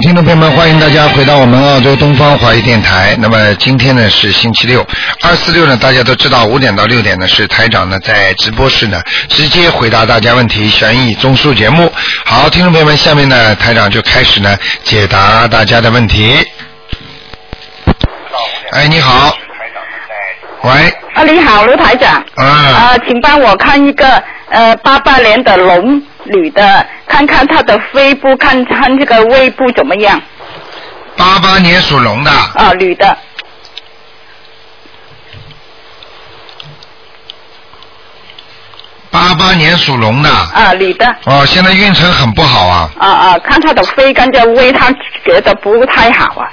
听众朋友们，欢迎大家回到我们澳洲东方华语电台。那么今天呢是星期六，二四六呢大家都知道，五点到六点呢是台长呢在直播室呢直接回答大家问题，悬疑综述节目。好，听众朋友们，下面呢台长就开始呢解答大家的问题。哎，你好。喂，啊，你好，卢台长。啊，啊，请帮我看一个呃八八年的龙女的，看看她的肺部，看看这个胃部怎么样？八八年属龙的，啊，女的，八八年属龙的，啊，女的，哦，现在运程很不好啊。啊啊，看她的肺跟着胃，她觉得不太好啊。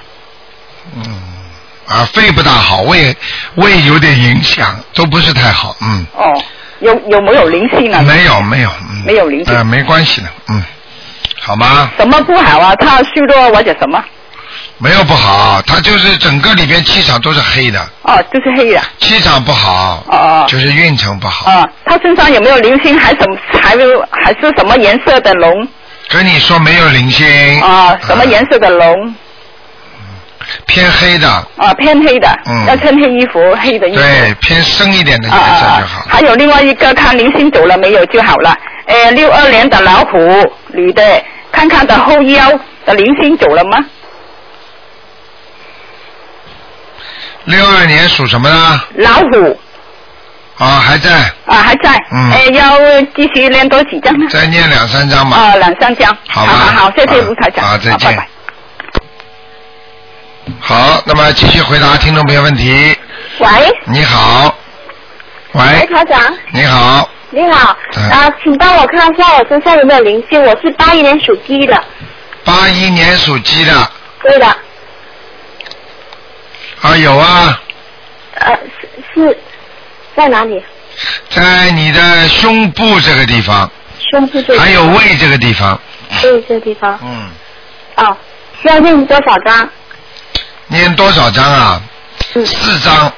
啊，肺不大好，胃胃有点影响，都不是太好，嗯，哦，有有没有灵性啊？没有没有，嗯，没有灵性啊、没关系的，嗯，好吗？什么不好啊？她虚弱或者什么？没有不好，他就是整个里边气场都是黑的，哦，就是黑的。气场不好，哦哦就是运程不好。哦，她身上有没有灵性？还什么还有还是什么颜色的龙？跟你说没有灵性，啊，什么颜色的龙？偏黑的，啊，偏黑的，嗯要穿黑衣服，黑的衣服。对，偏深一点的啊颜啊色就啊！好。还有另外一个，看零星走了没有就好了。呃，六二年的老虎，女的，看看的后腰的零星走了吗？六二年属什么呢？老虎啊，还在，啊还在，嗯呃，要继续练多几张呢？再念两三张吧。啊，两三张。好吧好好好，谢谢啊吴台长。啊再见拜拜。好，那么继续回答听众朋友问题。喂，你好，喂，喂，台长，你好，你好，嗯啊，请帮我看一下我身上有没有灵性，我是八一年属鸡的，八一年属鸡的对的，啊，有啊，呃，是是在哪里？在你的胸部这个地方，胸部这里，还有胃这个地方，对这个地方，嗯，哦，需要念多少张？念多少张啊？嗯，四张，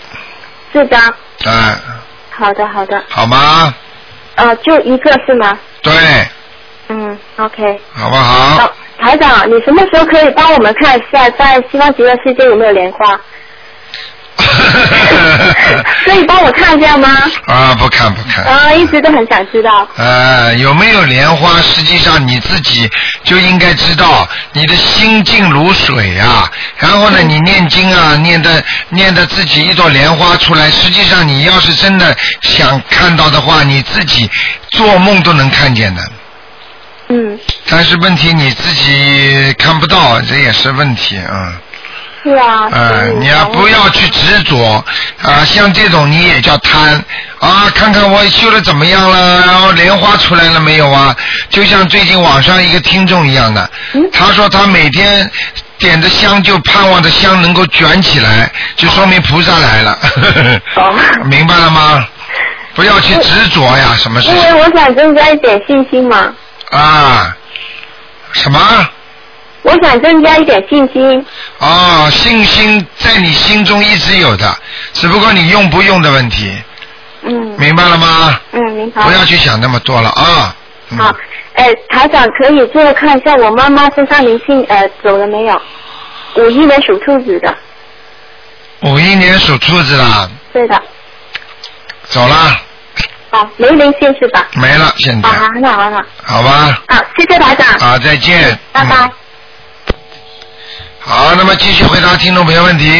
四张。啊、好的，好的，好吗？呃，就一个是吗？对，嗯，OK。好不好？哦，台长，你什么时候可以帮我们看一下，在西方极乐世界有没有 莲花？可以帮我看一 下吗？ 啊，不看不看。啊、一直都很想知道。呃，有没有莲花？实际上你自己就应该知道，你的心静如水啊。然后呢，你念经啊，念的念的自己一朵莲花出来。实际上，你要是真的想看到的话，你自己做梦都能看见的。嗯，但是问题你自己看不到，这也是问题啊。是啊。呃，嗯你要不要去执着啊、像这种你也叫贪啊？看看我修的怎么样了，然后莲花出来了没有啊？就像最近网上一个听众一样的，嗯他说他每天点着香就盼望着香能够卷起来，就说明菩萨来了。哦 明白了吗？不要去执着呀，什么事因情为我想增加一点信心嘛，啊？什么？我想增加一点信心。哦，信心在你心中一直有的，只不过你用不用的问题，嗯明白了吗？嗯，明白。不要去想那么多了啊。嗯、好，哎，台长可以最后看一下我妈妈身上灵性呃走了没有？五一年属兔子的，嗯五一年属兔子的，对的。走了，好，没灵性是吧？没了，现在好，好，那好了。好吧？好，谢谢台长，啊，再见。拜拜嗯。好，那么继续回答听众朋友问题。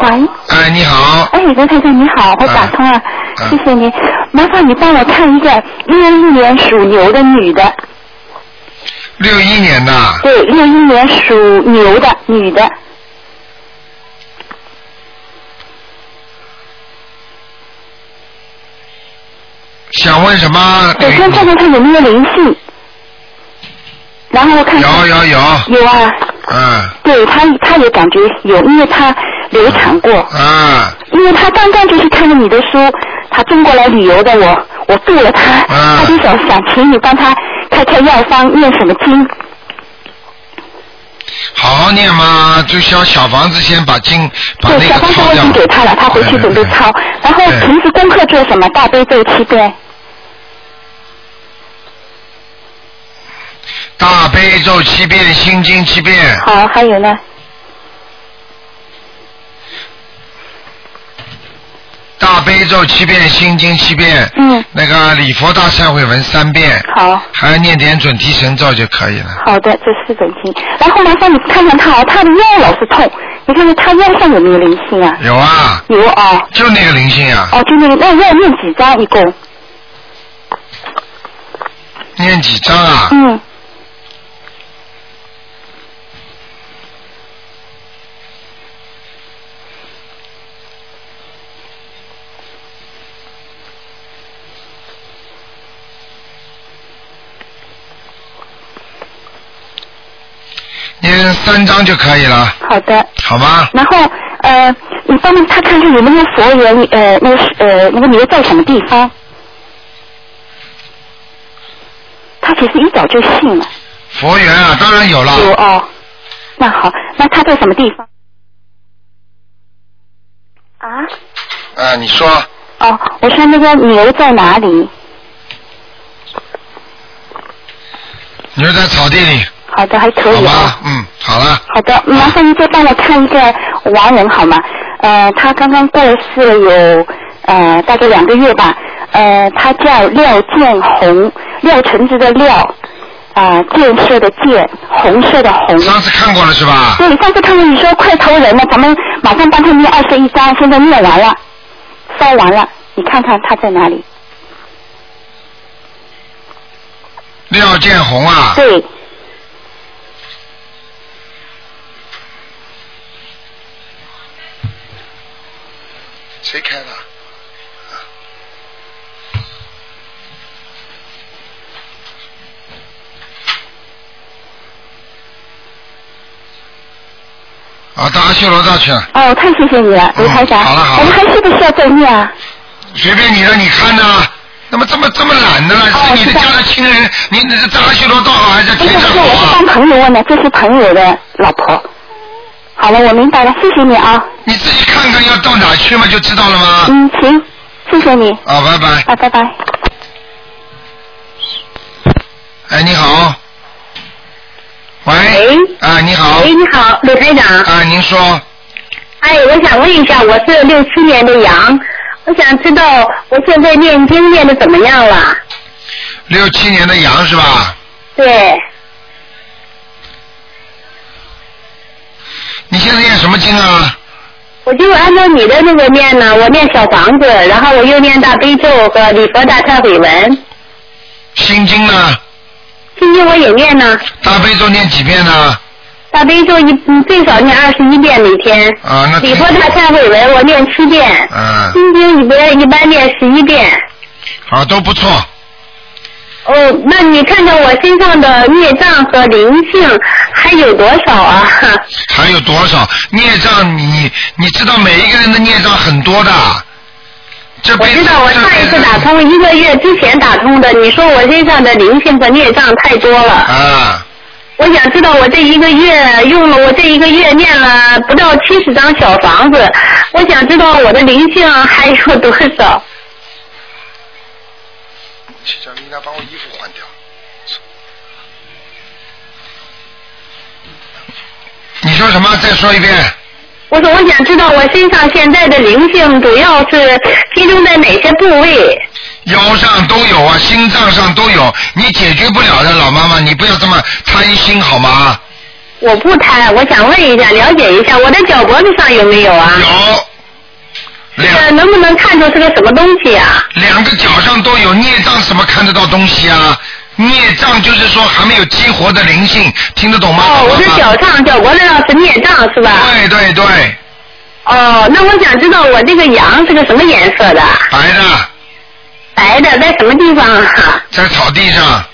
喂，哎，你好，哎，刘太太你好，我打通了，嗯谢谢您。麻烦你帮我看一个六一年属牛的女的，六一年的，对，六一年属牛的女的，想问什么？首先看看她有没有灵性，然后我看看有有有，有啊，嗯对她她也感觉有，因为她流产过，啊因为她刚刚就是看了你的书，她中国来旅游的我，我度了她，嗯她就想想请你帮她开开药方，念什么经。好好念嘛，就像小房子先把经把对，那小个方子抄我已掉哎经。给他了，他回去准备抄。然后对平时功课做什么？大悲咒七遍。大悲咒七遍，心经七遍，好，还有呢？大悲咒七遍，心经七遍，嗯，那个礼佛大忏悔文三遍，好。还念点准提神咒就可以了。好的，这四本经。然后麻烦你看看他哦，他的腰老是痛，你看看他腰上有没有灵性啊？有啊，有哦，就那个灵性啊，哦，就那个那要念几张一共？念几张啊？嗯，念三张就可以了，好的。好吗？然后呃，你帮忙他看看有没有佛缘，呃，那个是呃那个牛在什么地方？他其实一早就信了，佛缘啊，当然有了。嗯有哦。那好，那他在什么地方？啊？啊，你说哦，我说那个牛在哪里？你就在草地里，好的，还可好以啊、吧？嗯，好了，好的，麻烦您再帮我看一个亡人好吗？呃，他刚刚过世了有呃大概两个月吧。呃，他叫廖建红，廖橙子的廖，啊、建设的建，红色的红。上次看过了是吧？对，上次看见你说快投人了，咱们马上帮他念二十一章，现在念完了，烧完了，你看看他在哪里？廖建红啊，对，谁开的？啊，到阿修罗道去了，哦，太谢谢你了，卢台长。嗯好了好了我们还需不需要再念啊？随便你了，你看呐、那么这么这么懒的了，哦是你的是的家的亲人，你你在阿修罗道好还是不天是上不是，好我是啊帮？朋友问的，这是朋友的老婆。好了，我明白了，谢谢你啊。你自己看看要到哪去嘛，就知道了吗？嗯，行，谢谢你啊，拜拜。啊，拜拜。哎，你好。喂。喂啊，你好。哎喂，你好，鲁台长。啊，您说。哎，我想问一下，我是六七年的羊，我想知道我现在念经念的怎么样了？六七年的羊是吧？对，你现在念什么经啊？我就按照你的那个念呢，我念小房子，然后我又念大悲咒和礼佛大忏悔文，心经呢？今天我也念呢，大悲咒念几遍呢？大悲咒一嗯最少念二十一遍每天，啊，那礼佛大忏悔文我念七遍，嗯，心经一般一般念十一遍。好，都不错。哦，那你看看我身上的孽障和灵性还有多少啊？还有多少孽障你？你知道每一个人的孽障很多的。这我辈子知道，我上一次打。通一个月之前打通的，你说我身上的灵性和孽障太多了。啊，我想知道，我这一个月用了，我这一个月念了不到七十张小房子，我想知道我的灵性还有多少？请小丽娜把我衣服换掉。你说什么？再说一遍。我说，我想知道我身上现在的灵性主要是集中在哪些部位？腰上都有啊，心脏上都有，你解决不了的，老妈妈，你不要这么贪心好吗？我不贪，我想问一下，了解一下我的脚脖子上有没有啊？有，呃，两能不能看出是个什么东西啊？两个脚上都有孽障，怎么看得到东西啊？孽障就是说还没有激活的灵性，听得懂吗？哦，我的老妈妈脚上、脚脖子上是孽障是吧？对对对，哦，那我想知道我这个羊是个什么颜色的？白的，白的，在什么地方啊？在草地上，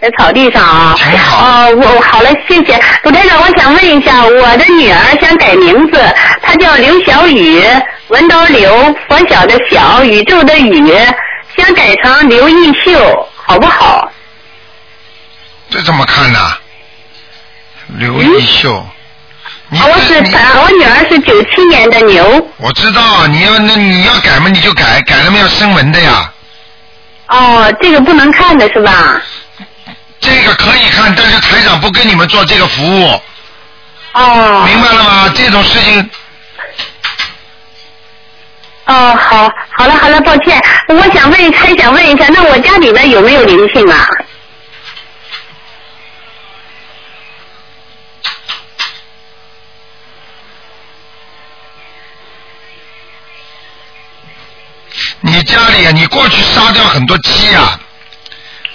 在草地上啊。挺好哦，我好了，谢谢。鲁台长，我想问一下，我的女儿想改名字，她叫刘小雨，文刀刘，佛晓的晓，宇宙的宇，想改成刘艺秀，好不好？这怎么看呢、刘一秀，你啊我是你她，我女儿是九七年的牛。我知道，啊你要那你要改嘛，你就改，改了嘛要声纹的呀。哦，这个不能看的是吧？这个可以看，但是台长不跟你们做这个服务，哦明白了吗？这种事情哦，好，好了好了，抱歉，我想问，还想问一下，那我家里边有没有灵性啊？你家里啊，你过去杀掉很多鸡啊，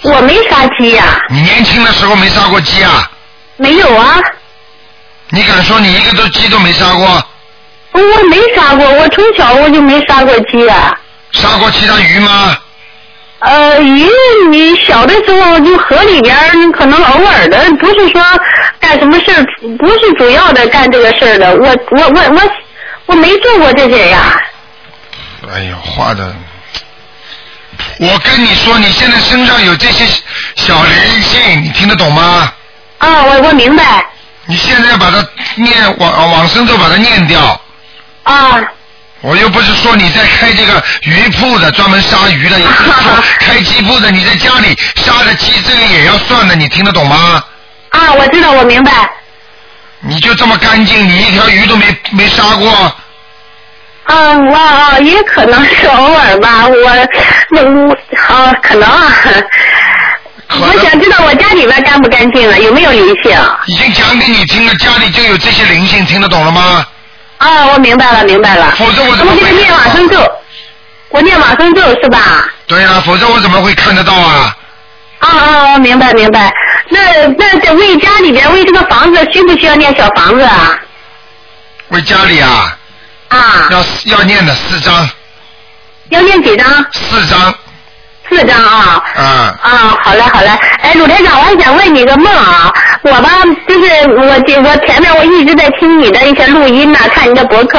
我没杀鸡呀、你年轻的时候没杀过鸡啊？没有啊，你敢说你一个都鸡都没杀过？我没杀过，我从小我就没杀过鸡啊。杀过其他鱼吗？呃，鱼你小的时候就河里边儿，你可能偶尔的，不是说干什么事儿，不是主要的干这个事儿的。我我我我我没做过这些呀。哎呦，画的。我跟你说，你现在身上有这些小灵性，你听得懂吗？啊，我我明白。你现在把它念往往生咒，把它念掉。啊，我又不是说你在开这个鱼铺的，专门杀鱼 的；也不是说开鸡铺的，你在家里杀的鸡，这个也要算的，你听得懂吗？啊，我知道，我明白。你就这么干净，你一条鱼都没没杀过，啊，我啊，也可能是偶尔吧，我那我啊，可能啊。可我能想知道我家里边干不干净啊，有没有灵性？已经讲给你听了，家里就有这些灵性，听得懂了吗？啊，我明白了，明白了。否则我怎么我会给他念往生咒，我念往生咒是吧？啊对呀、否则我怎么会看得到啊？哦啊啊，我明白明白。那那得为家里边为这个房子需不需要念小房子啊？为家里啊，啊，要要念的四张，要念几张？四张四张啊。啊，啊，好嘞，好嘞。哎，鲁台长，我还想问你个梦啊。我吧，就是我这我前面我一直在听你的一些录音呐、看你的博客。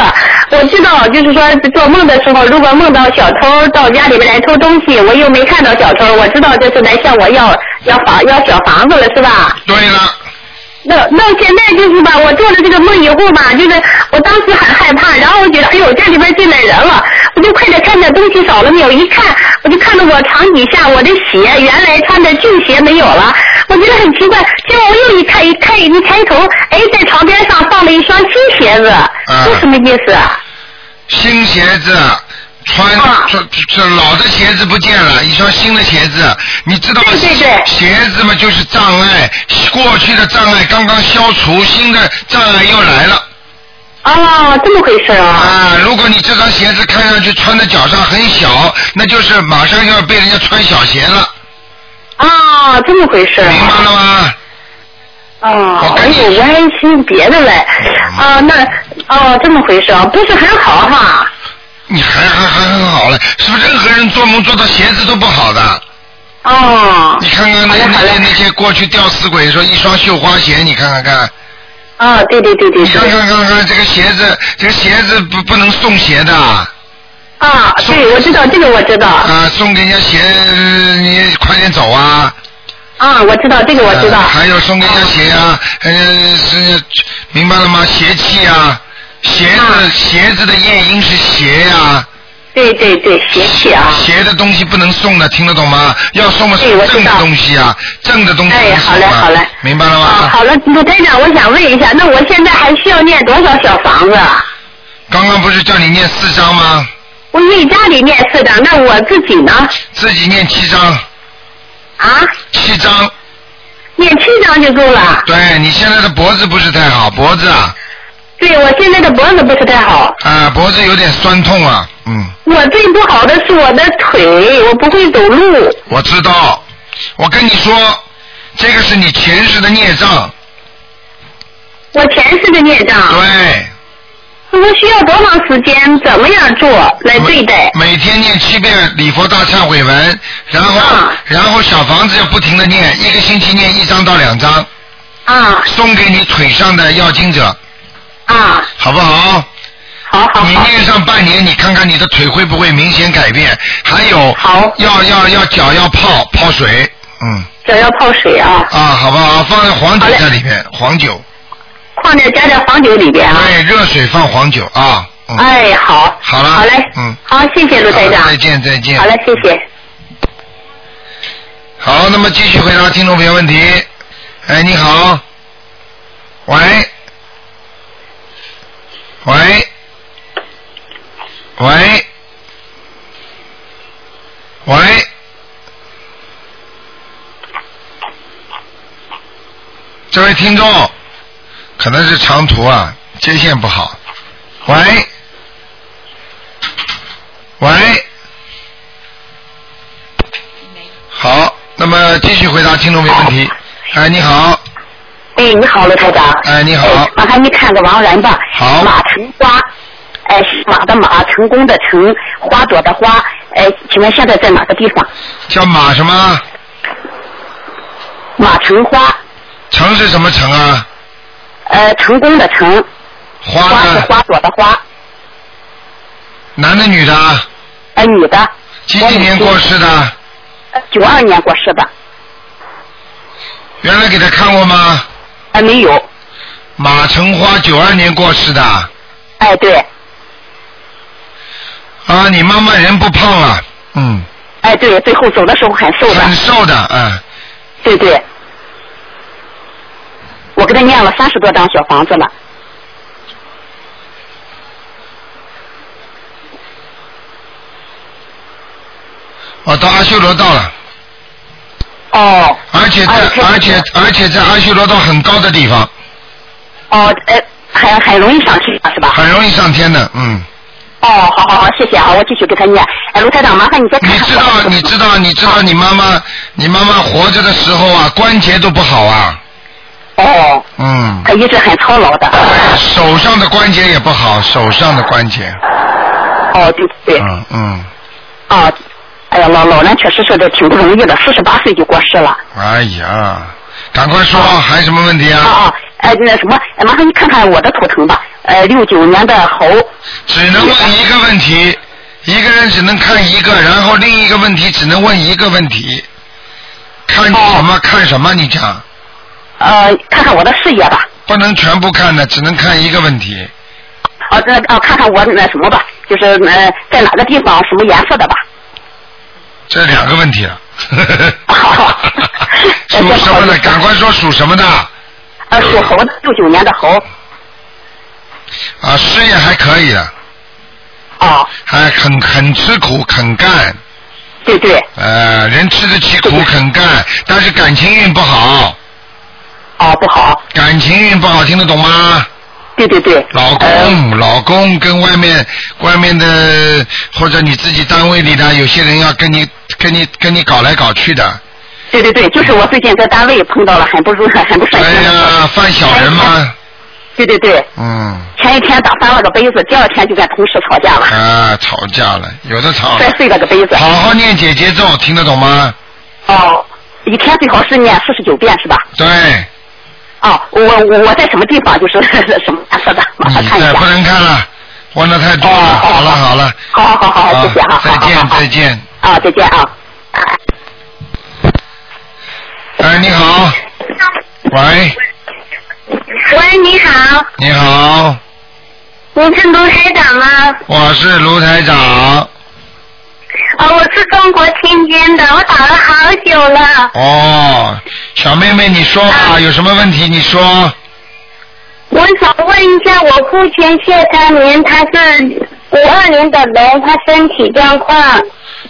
我知道，就是说做梦的时候，如果梦到小偷到家里面来偷东西，我又没看到小偷，我知道这是来向我要要房要小房子了，是吧？对了，那那现在就是吧，我做了这个梦以后吧，就是我当时很害怕，然后我觉得哎呦家里边进来人了，我就快点看看东西少了没有，一看我就看到我床底下我的鞋原来穿的旧鞋没有了，我觉得很奇怪，结果我又一看一看一抬头，哎在床边上放了一双新鞋子，这什么意思啊？新鞋子。穿啊这这老的鞋子不见了，一双新的鞋子，你知道吗？对对对鞋子嘛就是障碍，过去的障碍刚刚消除，新的障碍又来了哦，这么回事啊？啊！如果你这双鞋子看上去穿在脚上很小，那就是马上要被人家穿小鞋了，哦，这么回事啊？明白了吗？哦我，哎跟你呦，我还寻别的嘞，啊、那哦这么回事啊，不是很好哈、你还还还很好了，是不是任何人做梦做到鞋子都不好的？哦你看看那好嘞那好嘞些那些过去吊死鬼说一双绣花鞋，你看看看，哦，对对对对你看对，看看看这个鞋子，这个鞋子不不能送鞋的啊、啊，对，我知道这个我知道，送给人家鞋呃你快点走啊！啊，我知道这个我知道呃，还有送给人家鞋啊，呃是明白了吗？邪气啊，鞋子、啊鞋子的夜莺是邪呀、对对对，邪气啊，邪的东西不能送的，听得懂吗？要送的是嗯对我知正的道东西啊，正的东西不哎能好送嘞啊。好嘞明白了吗？啊，好了，鲁台长，我想问一下，那我现在还需要念多少小房子啊？刚刚不是叫你念四章吗？我为家里念四张，那我自己呢？自己念七章，啊，七章。念七张就够了。对你现在的脖子不是太好，脖子啊，对，我现在的脖子不是太好，啊，脖子有点酸痛啊，嗯，我最不好的是我的腿，我不会走路。我知道，我跟你说，这个是你前世的孽障，我前世的孽障，对，我需要多长时间，怎么样做来对待？每每天念七遍礼佛大忏悔文，然后、啊然后小房子要不停的念，一个星期念一张到两张，啊送给你腿上的要经者，啊，好不好？好好你好。念上半年，你看看你的腿会不会明显改变？还有，好要要要脚要泡泡水，嗯，脚要泡水啊，啊，好不好？放在黄酒好嘞在里面，黄酒，放点加点黄酒里边啊。对，热水放黄酒啊，嗯，哎，好。哎好了好嘞。嗯好，谢谢卢台好长。再见再见，好嘞，谢谢。好，那么继续回答听众朋友问题。哎，你好，喂，喂，喂，喂，这位听众，可能是长途啊，接线不好。喂，喂，好，那么继续回答听众朋友问题。哎，你好，哎，你好，罗台长。哎，你好，麻烦你看个王然吧。好马成花，哎，是马的马，成功的成，花朵的花。哎，请问现在在哪个地方？叫马什么？马成花，城是什么城啊？呃，成功的成，花花是呢？花朵的花，男的女的啊？哎，女的，几几年过世的？九二年过世的，原来给他看过吗？哎，没有，马成花九二年过世的哎，对，啊，你妈妈人不胖啊，嗯，哎，对，最后走的时候很瘦的，很瘦的，嗯，对对。我给他念了三十多张小房子了，哦，到阿修罗道了，哦而且在哎太好了而且而且在阿修罗道很高的地方，哦，呃，很很容易上去了是吧？很容易上天的，嗯，哦，好好好，谢谢啊，我继续给他念。哎，卢台长，麻烦你再看你看知道我的啊你知道你知道你妈妈你妈妈活着的时候啊，关节都不好啊，哦，嗯，他一直很操劳的。手上的关节也不好，手上的关节，哦，对对对，嗯嗯，哦，哎呀，老老人确实是这挺不容易的，四十八岁就过世了。哎呀，赶快说，还有什么问题啊啊？啊，哎，那什么，哎麻烦你看看我的图腾吧。呃，六九年的猴，只能问一个问题，一个人只能看一个，然后另一个问题只能问一个问题。看你什么？看什么？你讲，呃，看看我的事业吧。不能全部看的，只能看一个问题。哦，那哦，看看我那什么吧，就是呃，在哪个地方，什么颜色的吧。这两个问题了。哦属什么的？赶快说属什么的？呃，属猴的，六九年的猴。啊，事业还可以的，哦，还很很吃苦，肯干。对对，呃，人吃得起苦，肯干，但是感情运不好，哦，不好，感情运不好，听得懂吗？对对对。老呃公，老公跟外面外面的或者你自己单位里的有些人要跟你跟你跟你搞来搞去的，对对对，就是我最近在单位碰到了很不如很不顺哎心的事。呀，犯小人 嘛，对对对，嗯，前一天打翻了个杯子，第二天就跟同事吵架了，啊，吵架了，有的吵摔了。碎了个杯子。哦好好念姐姐咒，听得懂吗？哦，一天最好是念四十九遍是吧？对，哦，我我我在什么地方？就是 什么啊颜色的？麻烦你看一再嗯哎下不。能看了，问的太多哦了。哦好了好了，好好好好，谢谢啊哈。再好见好好再见。啊，再见啊。哎，你好，喂，喂，你好，你好，您是卢台长啊吗？我是卢台长。哦，我是中国天津的，我打了好久了。 哦，小妹妹，你说吧，啊有什么问题你说。我想问一下，我父亲谢三年，他是五二年的龙，他身体状况。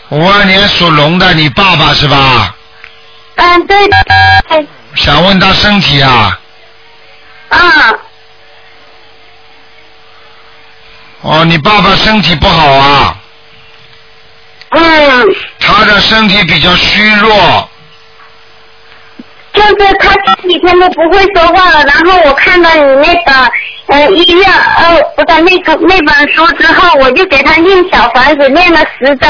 五二年属龙的，你爸爸是吧？嗯，对的。想问他身体啊？嗯，哦，你爸爸身体不好啊，嗯，他的身体比较虚弱。就是他这几天都不会说话了。然后我看到你那个呃医院呃不的那个那本书之后，我就给他念小房子，念了十张，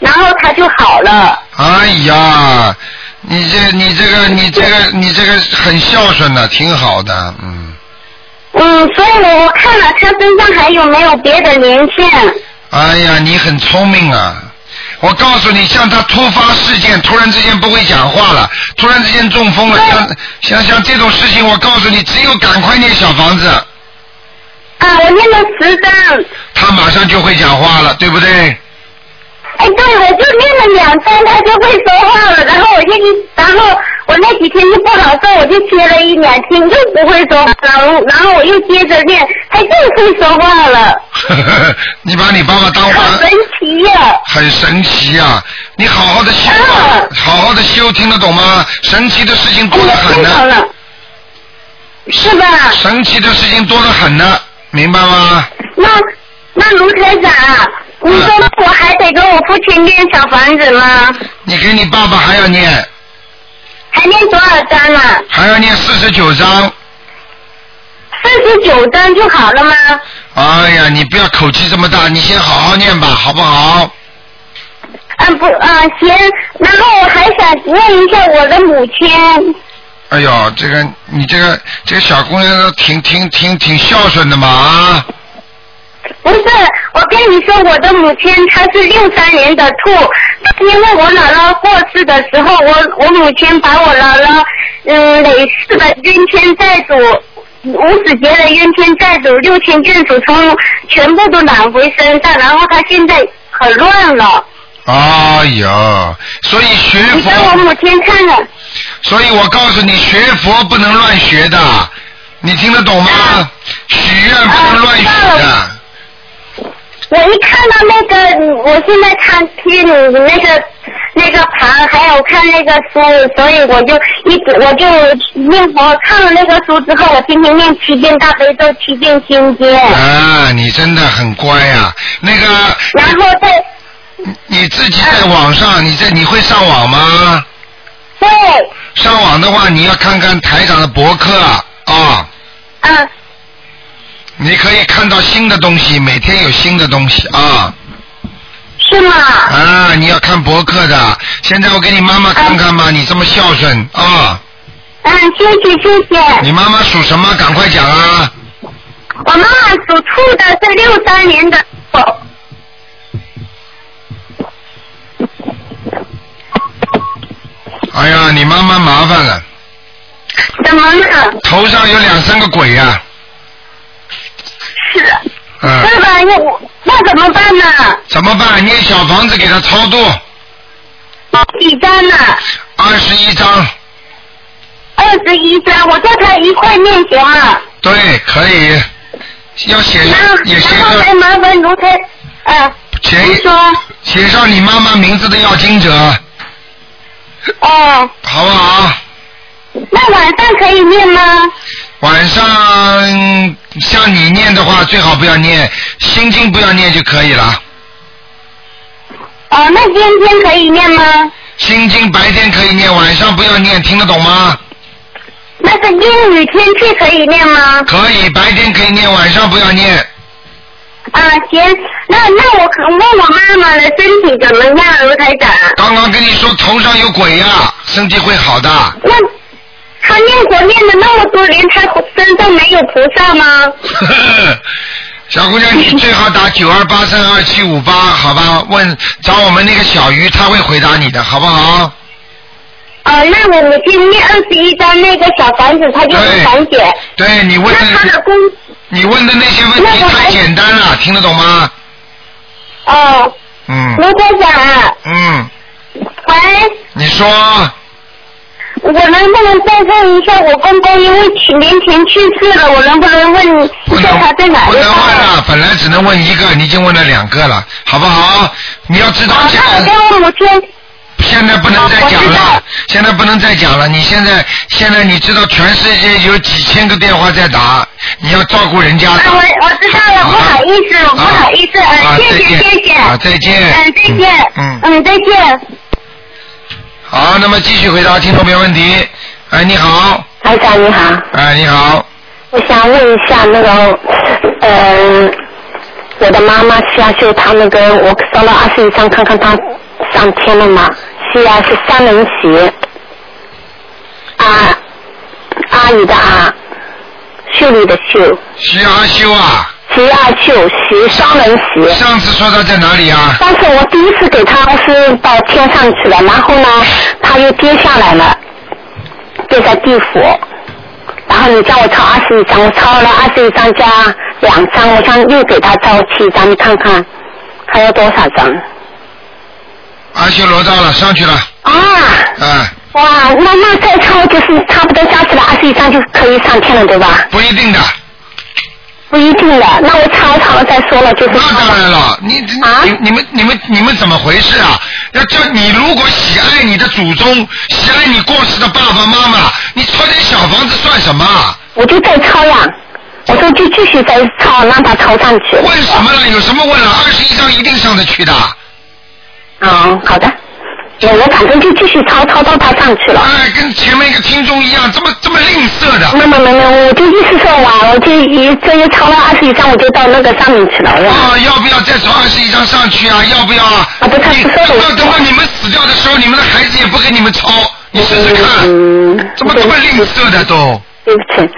然后他就好了。哎呀，你这你这个你这个你这个很孝顺的，挺好的，嗯。嗯，所以我我看了他身上还有没有别的鳞片？哎呀，你很聪明啊！我告诉你，像他突发事件，突然之间不会讲话了，突然之间中风了，像像像这种事情，我告诉你，只有赶快念小房子，啊，我念了十张。他马上就会讲话了，对不对？ 哎，对，我就念了两张，他就会说话了。然后我就一，然后我那几天就不好受，我就接了一两天，又不会说话，然后然后我又接着念，他又会说话了，你把你爸爸当好玩，神奇呀、很神奇啊！你好好的修吧，好好的修，听得懂吗？神奇的事情哎多得呀，很太好呢，了，是吧？神奇的事情多得很呢，明白吗？那那卢台长，啊你说我还得跟我父亲念小房子吗？你给你爸爸还要念，还念多少张啊？还要念四十九章。四十九张就好了吗？哎呀，你不要口气这么大，你先好好念吧，好不好？嗯，不，嗯，行。然后我还想问一下我的母亲，哎呦，这个你这个这个小姑娘都挺挺挺挺孝顺的嘛啊！不是，我跟你说，我的母亲她是六三年的兔，因为我姥姥过世的时候，我我母亲把我姥姥嗯累世的冤亲债主。无死结的冤亲债主、六亲眷属，从全部都揽回身上，然后她现在很乱了。哎呦，所以学你帮我佛，母亲看了，所以我告诉你，学佛不能乱学的，你听得懂吗？许愿不能乱许啊知道的了。我一看到那个，我现在看听你那个那个盘，还有看那个书，所以我就一直我就念佛，看了那个书之后，我天天念七遍大悲咒，七遍心经，啊，你真的很乖呀、那个，然后再你自己在网上，你在你会上网吗？对，上网的话，你要看看台长的博客啊。嗯，你可以看到新的东西，每天有新的东西啊是吗？啊！你要看博客的。现在我给你妈妈看看啊吧，你这么孝顺啊！嗯，谢谢谢谢。你妈妈属什么？赶快讲啊！我妈妈属兔的，是六三年的哦狗。哎呀，你妈妈麻烦了，怎么了？头上有两三个鬼啊呀、是，嗯，是吧？那我那怎么办呢？怎么办？念小房子给她超度，几张呢？二十一章，二十一张，我叫他一块念行吗？对，可以，要写那也写然后上还麻烦卢台，呃，您写说，写上你妈妈名字的要经者，哦，好不好？那晚上可以念吗？晚上嗯像你念的话，最好不要念心经，不要念就可以了。哦，那今天可以念吗？心经白天可以念，晚上不要念，听得懂吗？那是阴雨天气可以念吗？可以，白天可以念，晚上不要念。啊，行，那那我可问我妈妈的身体怎么样，卢台长？刚刚跟你说头上有鬼呀、身体会好的。 那她念佛念了那么多年，她身上没有菩萨吗？小姑娘，你最好打九二八三二七五八，好吧？问找我们那个小鱼，他会回答你的，好不好？哦，那我们今念二十一章那个小房子，她就能缓解。对你问那她的的，工，你问的那些问题那我还太简单了，听得懂吗？哦，嗯卢台长，嗯，喂。你说。我能不能再问一下，我公公因为几年前去世了，我能不能问不一能下他在哪不个能问地啊方？了，本来只能问一个，你已经问了两个了，好不好？你要知道啊，现那我在跟我母亲，现在不能再讲我知了道，现在不能再讲了。你现在现在你知道全世界有几千个电话在打，你要照顾人家啊，的。我我知道了，不好意思，啊不好意思，啊嗯，谢再谢见谢谢，啊再见嗯，再见，嗯嗯嗯，再见。好，那么继续回答听众朋友问题。哎，你好，台长你好，哎，你好，我想问一下那个，呃，我的妈妈需要修她那个，我烧了二十一张，看看她上天了吗？需要是三人鞋，啊，阿姨的啊，修理的修，徐阿修啊，徐二秀，徐双人鞋。上次说他在哪里啊？但是我第一次给他是到天上去了，然后呢，他又跌下来了，跌在地府。然后你叫我抄二十一张，我抄了二十一张加两张，我想又给他抄七张，你看看还有多少张？阿修罗道了，上去了，啊，啊，哇，那那再超就是差不多加起来二十以上就可以上天了，对吧？不一定的。不一定的，那我超常了再说了，就是那当然了，你你啊你们你们你们怎么回事啊？要叫你如果喜爱你的祖宗，喜爱你过世的爸爸妈妈，你抄点小房子算什么啊？我就再超呀，我说就继续再超，让他超上去。问什么了？有什么问了？二十一张一定上得去的。嗯，好的，我我反正就继续超超到他上去了。哎，跟前面一个听众一样，这么这么吝啬的。没没没没，我就意思说完，我就一这一超到二十以上，我就到那个上面去了。我啊，要不要再抄二十一张上去啊？要不要啊？啊不他你不说了等等会你们死掉的时候，你们的孩子也不给你们抄，你试试看，嗯，怎么这么吝啬的都？对不起，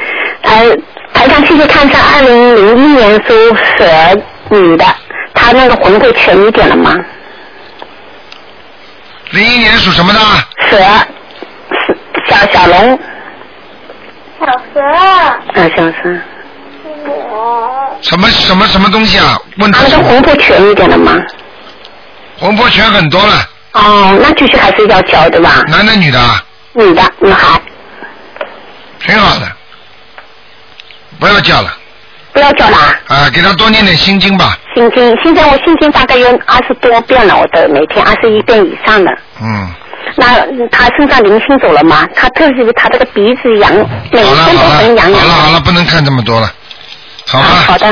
台台上继续看一下二零零一年属蛇女的，她那个魂会全一点了吗？零一年属什么的？蛇，是小小龙，小蛇，嗯，小蛇，我什么什么什么东西啊？问她他那什个么魂会全一点了吗？魂魄全很多了，哦，那继续还是要交对吧？男的女的啊，女的，女孩，挺好的，不要叫了不要交啦。啊，给他多念点心经吧，心经，现在我心经大概有二十多遍了，我的每天二十一遍以上的。嗯，那嗯他身上灵性走了吗？他特别是他这个鼻子痒，每好了天都好很了痒好痒。了好了，不能看这么多了，好吧？啊好的。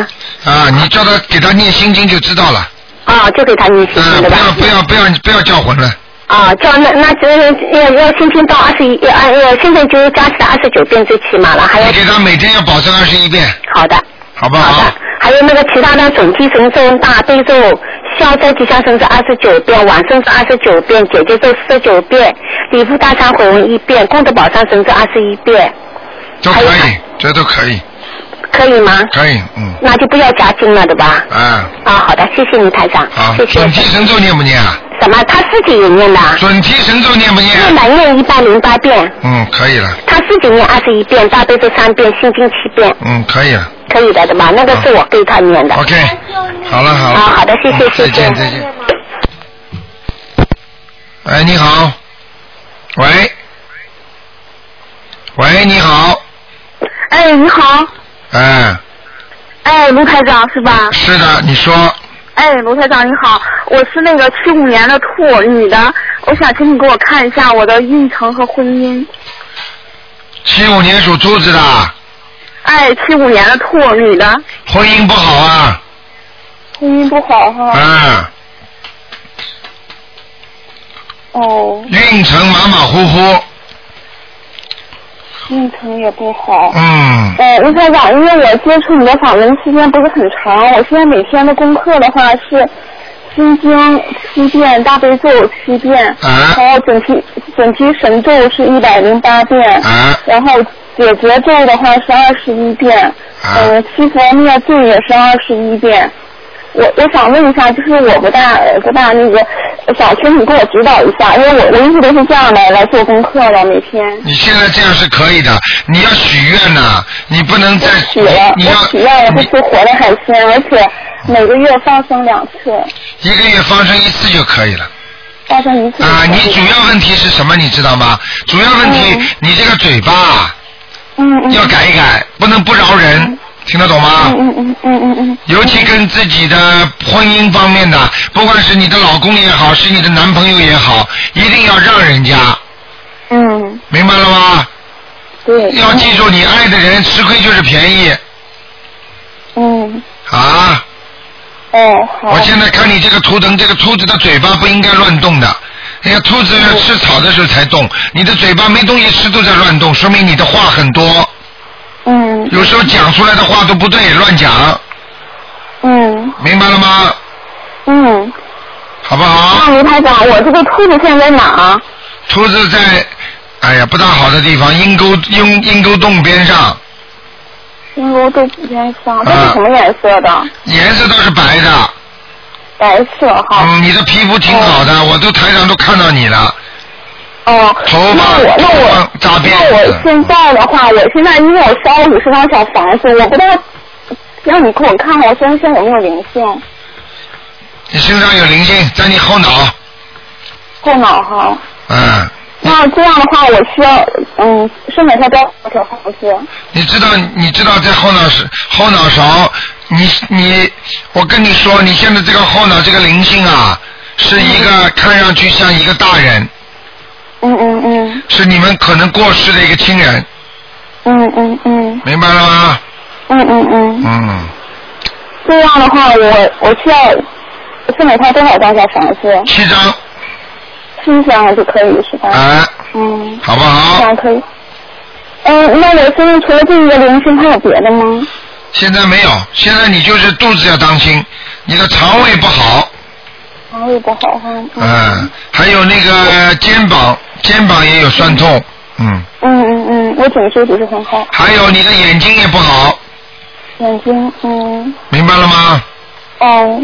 啊，你叫他给他念心经就知道了，啊，就给他念心啊，经不对吧？要不要不要不要叫魂了，啊，叫那那就要要心经到二十一，呃，现在就加起来二十九遍最起码了，还要你给他每天要保证二十一遍，好的。好不好的，还有那个其他的准提神咒、大悲咒、消灾吉祥神咒二十九遍，往生咒二十九遍，姐姐咒四十九遍，礼佛大忏悔文一遍，功德宝山神咒二十一遍，都可还以有，这都可以，可以吗？可以，嗯，那就不要加经了，对吧？啊，啊，好的，谢谢你台长好，，谢谢。准提神咒念不念啊？什么？他自己也念的啊，准提神咒念不念念？了念一百零八遍，嗯，可以了，他自己念二十一遍，大悲咒三遍，心经七遍，嗯，可以了。可以的，对吧？那个是我给他念的。 OK，好了好了。啊好的谢谢嗯谢谢再见再见。哎，你好，喂，喂，你好，哎，你好，哎，哎，卢台长是吧？是的，你说，哎，卢台长你好，我是那个七五年的兔女的，我想请你给我看一下我的运程和婚姻。七五年属兔子的，哎，七五年的兔女的，婚姻不好啊，婚姻不好哈、嗯，哦，运程马马虎虎，运程也不好。嗯，呃，卢台长，因为我接触你的访问时间不是很长，我现在每天的功课的话是心经七遍，大悲咒七遍，啊然后准提准提神咒是一百零八遍，啊然后解决咒的话是二十一遍，啊，呃，七佛灭罪也是二十一遍。我我想问一下，就是我不大呃不大那个，想请你给我指导一下，因为我我一直都是这样的来做功课的，每天。你现在这样是可以的，你要许愿呐、你不能我再许了，哎你你我许愿要我你会吃活的海鲜，而且每个月放生两次，一个月放生一次就可以了。放生一次。啊，你主要问题是什么？你知道吗？主要问题，嗯你这个嘴巴啊嗯嗯要改一啊改，不能不饶人，听得懂吗？嗯嗯嗯嗯嗯尤其跟自己的婚姻方面的，不管是你的老公也好，是你的男朋友也好，一定要让人家，嗯嗯，明白了吗？对。要记住，你爱的人吃亏就是便宜嗯啊！哦好。我现在看你这个图腾，这个兔子的嘴巴不应该乱动的。人家兔子嗯要吃草的时候才动，你的嘴巴没东西吃都在乱动，说明你的话很多。嗯有时候讲出来的话都不对，乱讲，嗯明白了吗？嗯，好不好？那卢台长，我这个兔子现在在哪？啊兔子在，哎呀，不大好的地方，阴沟阴阴沟洞边上，因为我都不愿意上，它啊是什么颜色的？颜色倒是白的。白色哈。嗯，你的皮肤挺好的，我都台上都看到你了，哦，头那发我那我头发扎辫子那我现在的话，我现在因为我烧了五十张小房子，我不知道让你给我看看我身上有没有灵性。你身上有灵性，在你后脑，后脑哈。嗯，那这样的话，我需要嗯，是每天都要调好不是？你知道，你知道在后脑勺，后脑勺，你你，我跟你说，你现在这个后脑这个灵性啊，是一个看上去像一个大人，嗯嗯嗯是你们可能过世的一个亲人，嗯嗯嗯明白了吗？嗯嗯嗯。嗯，这样的话，我我需要是每天多少张小房子？七张，七张就可以是吧？哎，嗯，好不这好？样可以。嗯，那我身上除了这一个灵性，还有别的吗？现在没有，现在你就是肚子要当心，你的肠胃不好，肠胃不好哈。嗯，还有那个呃肩膀，肩膀也有酸痛，嗯，嗯嗯嗯，我颈椎不是很好，还有你的眼睛也不好，眼睛嗯明白了吗？哦。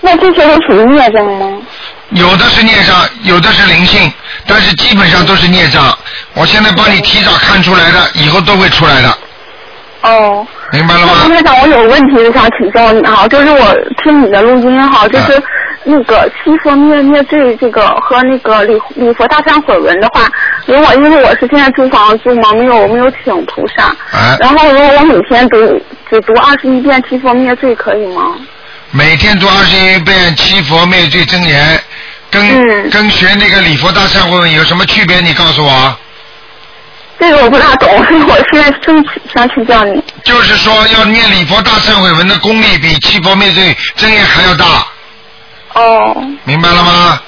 那这些都属于孽障吗？有的是孽障，有的是灵性，但是基本上都是孽障。我现在帮你提早看出来的，以后都会出来的，哦，明白了那吗？台长，我有问题我想请教你哈，就是我听你的录音哈，嗯就是那个七佛灭灭罪这个和那个礼礼佛大忏悔文的话，如果因为我是现在租房住嘛，没有没有请菩萨，哎，然后如果我每天读只读二十一遍七佛灭罪可以吗？每天读二十一遍七佛灭罪真言，跟、嗯跟学那个礼佛大忏悔文有什么区别？你告诉我啊。这个我不大懂， 所以我现在正想请教你。就是说要念礼佛大忏悔文的功力比七佛灭罪真言还要大，哦明白了吗？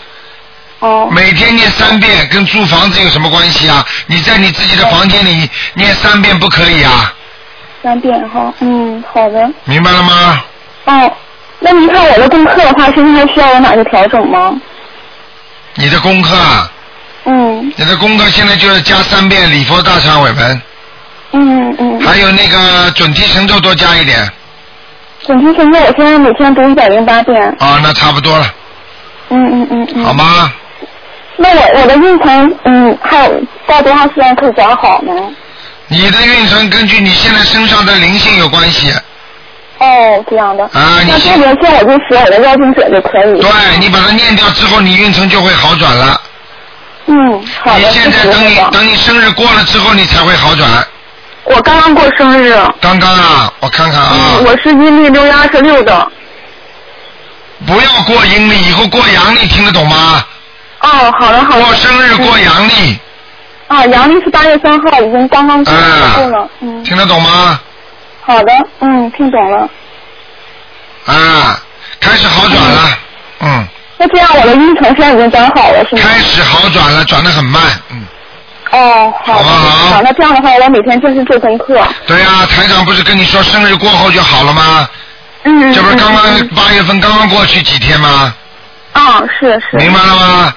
哦每天念三遍跟租房子有什么关系啊？你在你自己的房间里念三遍不可以啊？三遍哈，嗯，好的。明白了吗？哦，那您看我的功课的话，现在还需要有哪些调整吗？你的功课，啊，嗯你的功课现在就是加三遍礼佛大忏悔文，嗯嗯。还有那个准提神咒多加一点准提神咒，我现在每天读一百零八遍。啊，那差不多了，嗯嗯嗯嗯。好？吗？那我我的运程，嗯，还有到多长时间可以转好呢？你的运程根据你现在身上的灵性有关系哦，这样的。啊，你那这先灵性我就写我的妖精者就可以。对你把它念掉之后，你运程就会好转了。嗯，好你的，谢现在谢等你台长。等你生日过了之后，你才会好转。我刚刚过生日，刚刚啊，我看看啊，嗯，我是阴历六月二十六的。不要过阴历，以后过阳历，听得懂吗？哦，好的好的。过生日过阳历，啊，阳历是八月三号，已经刚刚过过啊了。嗯，听得懂吗？好的，嗯，听懂了。啊，开始好转了，嗯，那这样我的运程现在已经转好了是吗？开始好转了，转得很慢，嗯，哦，好好的，不好啊那这样的话，我每天正式做功课。对呀、台长不是跟你说生日过后就好了吗？嗯。这不是刚刚嗯八月份刚刚过去几天吗？嗯啊，是是。明白了吗？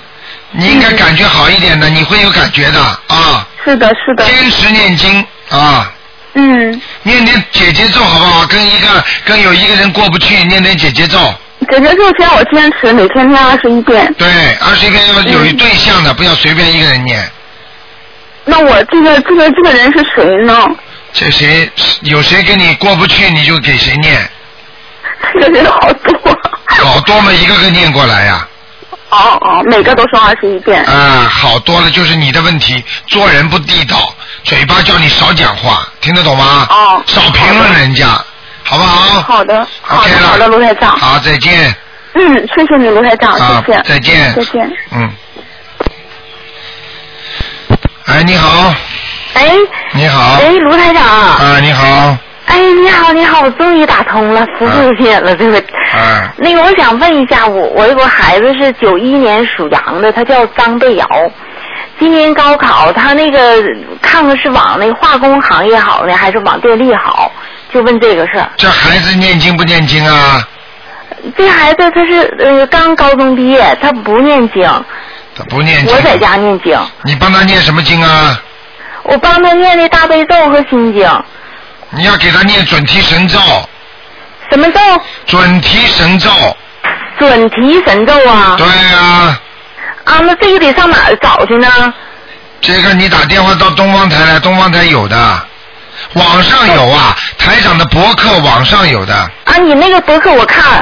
你应该感觉好一点嗯的，你会有感觉的啊！是的，是的。坚持念经啊！嗯，念点姐姐咒好不好？跟一个跟有一个人过不去，念点姐姐咒。姐姐咒先我坚持每天念二十一遍。对，二十一遍要有一对象嗯的，不要随便一个人念。那我这个这个这个人是谁呢？ 这谁有谁跟你过不去，你就给谁念，这个人好多。好多嘛，一个个念过来呀、哦哦，每个都是二十一遍啊。。好多了，就是你的问题，做人不地道，嘴巴叫你少讲话，听得懂吗？哦少评论人家，好不好？好的，好 OK 的，了好的，卢台长。好，再见。嗯，谢谢你，卢台长，啊谢谢。再见再见。嗯。哎，你好，哎，你好。哎，卢台长，啊，你好，哎，你好，你好，我终于打通了，服务你了，对不对？啊，那个，我想问一下，我我有个孩子是九一年属羊的，他叫张贝瑶，今年高考，他那个看看是往那个化工行业好呢，还是往电力好？就问这个事儿。这孩子念经不念经啊？这孩子他是呃刚高中毕业，他不念经，他不念经。我在。家念经，你帮他念什么经啊？我帮他念那大悲咒和心经，你要给他念准提神咒，什么咒？准提神咒。准提神咒啊。对啊，啊，那这个得上哪儿找去呢？这个你打电话到东方台来，东方台有的。网上有啊，台长的博客网上有的，啊，你那个博客我看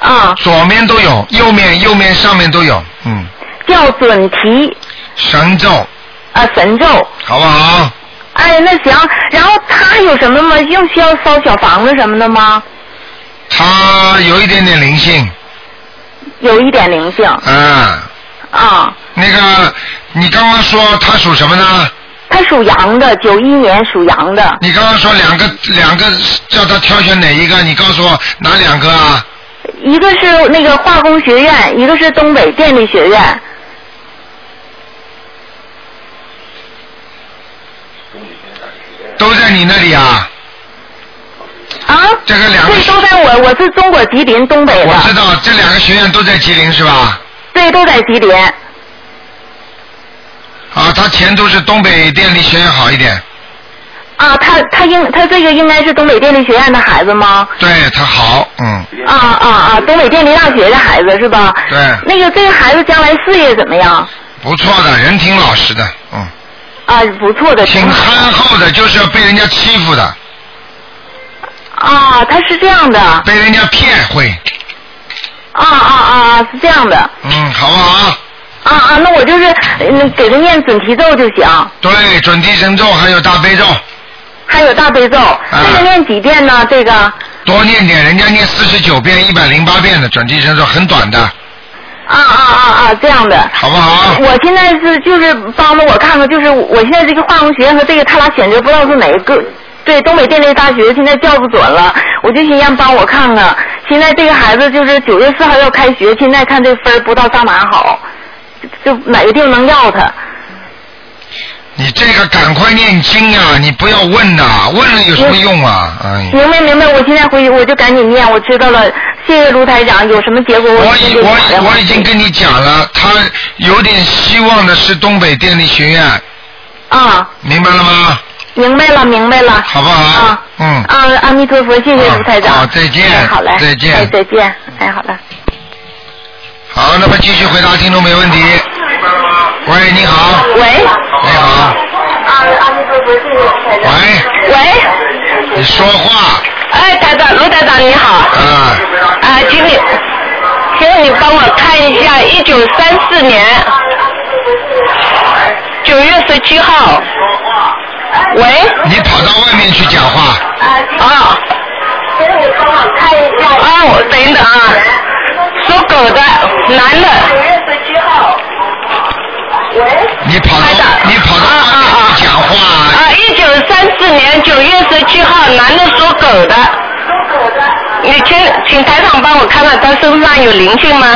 啊，左面都有，右面、右面、上面都有，嗯，叫准提神咒，啊神咒。好不好？哎，那行，然后他有什么吗？用需要烧小房子什么的吗？它有一点点灵性，有一点灵性啊，啊。那个你刚刚说它属什么呢？他属羊的，九一年属羊的，你刚刚说两个两个，叫他挑选哪一个？你告诉我哪两个啊？一个是那个化工学院，一个是东北电力学院。都在你那里啊？啊？这个两个对，都在我，我是中国吉林东北我知的，道这两个学院都在吉林是吧？对，都在吉林。啊，他前途是东北电力学院好一点，啊，他他应他这个应该是东北电力学院的孩子吗？对他好，嗯，啊啊啊！东北电力大学的孩子是吧？对，那个这个孩子将来事业怎么样？不错的，人挺老实的，嗯，啊，不错的，挺好憨厚的，就是被人家欺负的，啊，他是这样的，啊被人家骗会，啊啊，是这样的，嗯，好不好？啊啊，那我就是嗯给他念准提咒就行，对，准提神咒还有大悲咒，还有大悲咒，啊这个念几遍呢？这个啊多念点，人家念四十九遍、一百零八遍的准提神咒，很短的，啊啊啊，这样的。好不好？我现在是就是帮着我看看，就是我现在这个化工学院和这个他俩选择不知道是哪一个。对，东北电力大学现在叫不准了，我就寻思帮我看看。现在这个孩子就是九月四号要开学，现在看这分儿不知道上哪儿好，就就哪个地方能要他。你这个赶快念经啊，你不要问呐、问了有什么用啊？哎。明白明白，我现在回去我就赶紧念，我知道了，谢谢卢台长，有什么结果我先已给你我打电已话我已经跟你讲了，他有点希望的是东北电力学院，啊，明白了吗？明白了明白了，好不好？啊嗯。啊，阿弥陀佛，谢谢啊卢台长，好再见哎好嘞，再见哎再见，哎好了。好，那么继续回答听众没问题。喂，你好。喂你好。啊喂，喂，你说话哎，台长，卢台长你好，啊？啊，请你，请你帮我看一下一九三四年九月十七号，喂，你跑到外面去讲话。啊，啊，我等等啊，属狗的男的，你跑到台长你跑到外面去讲话，啊，一九三四年九月十七号，男的属狗的，你请请台长帮我看看他身上有灵性吗？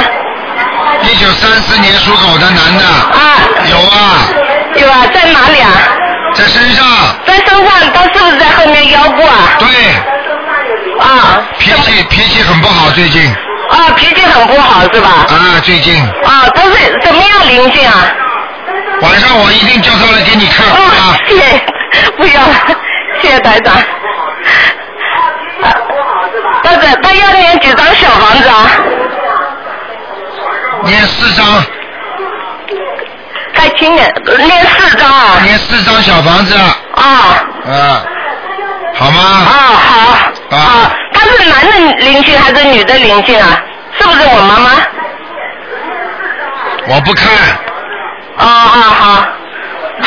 一九三四年属狗的男的，啊，有啊，有啊，在哪里啊？在身上，在身上，他是不是在后面腰部啊？对，啊脾气脾气很不好最近，啊，脾气很不好是吧？啊，最近啊，他是怎么样灵性啊？晚上我一定叫他来给你看哦啊，，谢谢，不要了，谢谢台长。他是他要念几张小房子啊？念四张，他今年念四张啊？念四张小房子，啊啊，好啊吗？好啊啊，他是男的灵性还是女的灵性啊？是不是我妈妈？我不看，哦哦好，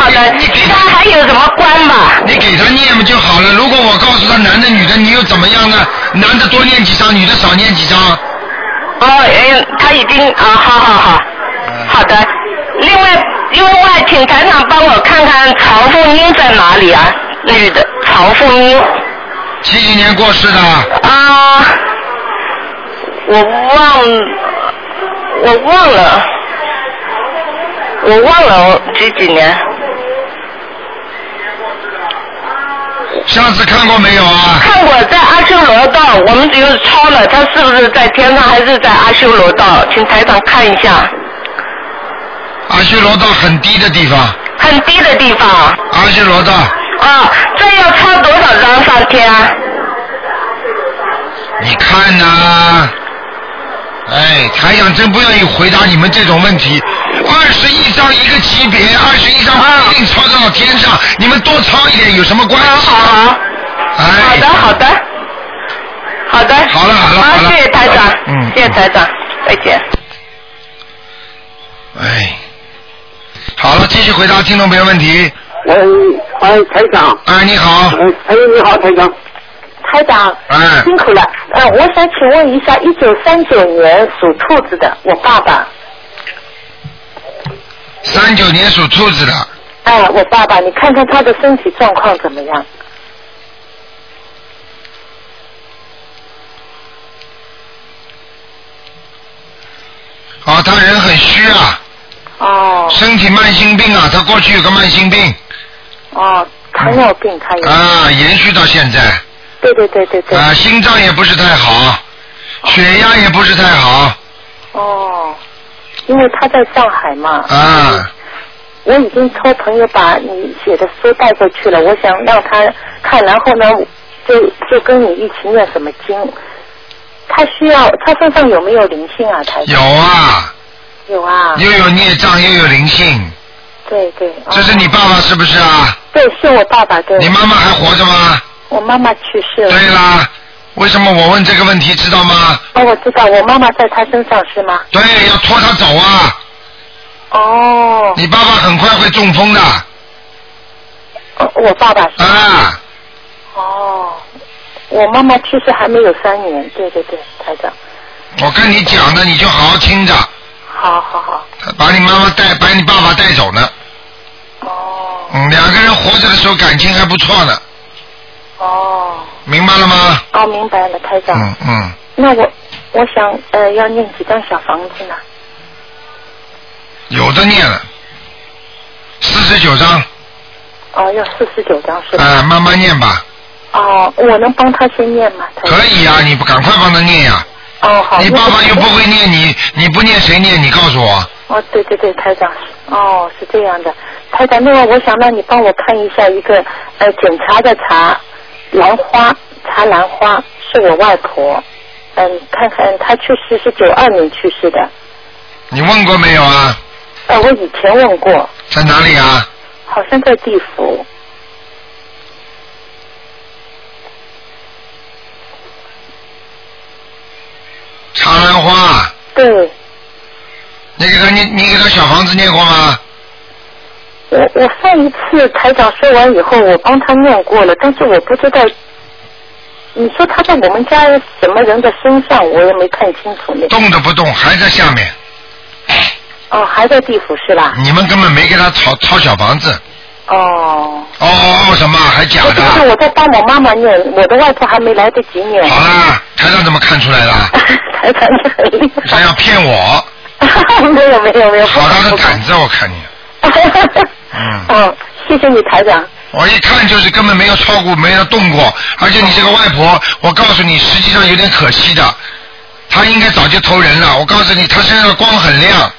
好的，你其他还有什么关吧？你给他念不就好了？如果我告诉他男的女的，你又怎么样呢？男的多念几张，女的少念几张，哦，哎，他已经啊，好好好，好的。另外，另外，请台长帮我看看曹凤英在哪里啊？女的，曹凤英七几年过世的，啊，我忘，我忘了，我忘了我几几年上次看过没有啊？看过在阿修罗道，我们只有抄了，他是不是在天上还是在阿修罗道？请台长看一下，阿修罗道很低的地方，很低的地方啊。阿修罗道，啊，这要抄多少张上天啊？你看呐、哎，台长真不愿意回答你们这种问题。二十一张一个级别，二十一张不一定抄得到天上，你们多抄一点有什么关系？好好，好哎，的，好的，好的。好了好了好了啊，谢谢台长，嗯谢谢台长，再见。哎，好了，继续回答听众朋友问题。哎哎，台长，哎，你好哎，哎你好，台长，台长，哎，辛苦了。呃，我想请问一下，一九三九年属兔子的我爸爸，三九年属兔子的，哎，我爸爸，你看看他的身体状况怎么样？啊，他人很虚啊，哦身体慢性病啊，他过去有个慢性病哦，糖尿病他有，啊，延续到现在对对对对对，啊，心脏也不是太好，血压也不是太好哦，因为他在上海嘛，啊，我已经托朋友把你写的书带过去了，我想让他看，然后呢，就就跟你一起念什么经。他需要，他身上有没有灵性啊？台长有啊，有啊，又有孽障又有灵性，对对。哦这是你爸爸是不是啊？对，是我爸爸对。你妈妈还活着吗？我妈妈去世了。对啦，为什么我问这个问题知道吗？哦，我知道，我妈妈在他身上是吗？对，要拖他走啊，哦，你爸爸很快会中风的哦我爸爸是。啊。哦，我妈妈去世还没有三年，对对对，台长，我跟你讲的，你就好好听着，好好好，把你妈妈带，把你爸爸带走呢。哦嗯，两个人活着的时候感情还不错呢，哦，明白了吗？哦，明白了，台长。嗯嗯，那我我想呃要念几张小房子呢？有的念了，四十九章，啊、哦，要四十九张是吧？慢慢念吧，哦，我能帮他先念吗？台长可。以呀、啊你不赶快帮他念呀、哦，好。你那爸爸我又不会念你，你不念谁念？你告诉我，哦，对对对，台长，哦，是这样的，台长，另外我想让你帮我看一下一个呃检查的查兰花，查兰花是我外婆，嗯，看看她去世是九二年去世的，你问过没有啊？呃，我以前问过，在哪里啊？好像在地府，长兰花，对你给他念，你给他小房子念过吗？我我上一次台长说完以后，我帮他念过了，但是我不知道。你说他在我们家什么人的身上，我也没看清楚呢。动都不动，还在下面，哦，还在地府是吧？你们根本没给他抄抄小房子。哦。哦哦哦，什么还假不是，的？我在帮我妈妈念，我的外婆还没来得及念。好啊啦，台长怎么看出来了？ 台长你很厉想要骗我，害， 没有没有没有。好大的胆子，我看你，子。嗯，嗯，谢谢你台长。我哦一看就是根本没有超过，没有动过，而且你这个外婆，我告诉你，实际上有点可惜的，她应该早就投人了。我告诉你，她身上的光很亮，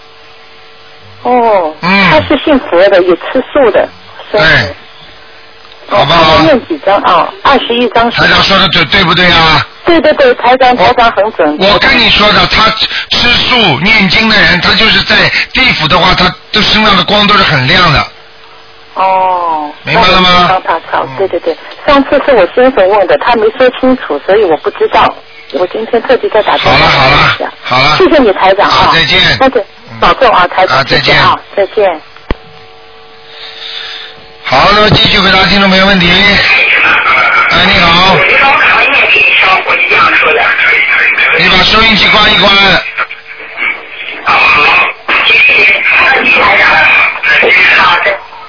哦。嗯她是信佛的，也吃素的。是对，好不我好？念几张啊？二十一张。台长说的对对不对啊？对对对，台长台长很准。我跟你说的，他吃素念经的人，他就是在地府的话，他都身上的光都是很亮的。哦。明白了吗那我帮他抄嗯，对对对，上次是我先生问的，他没说清楚，所以我不知道。我今天特地再打电好话了好问一下了。好了，谢谢你台长啊，好再见嗯那就保重啊，台长，啊再见谢谢啊，再见。好，那么继续回答听众朋友问题。哎，你好，你把收音机关一关。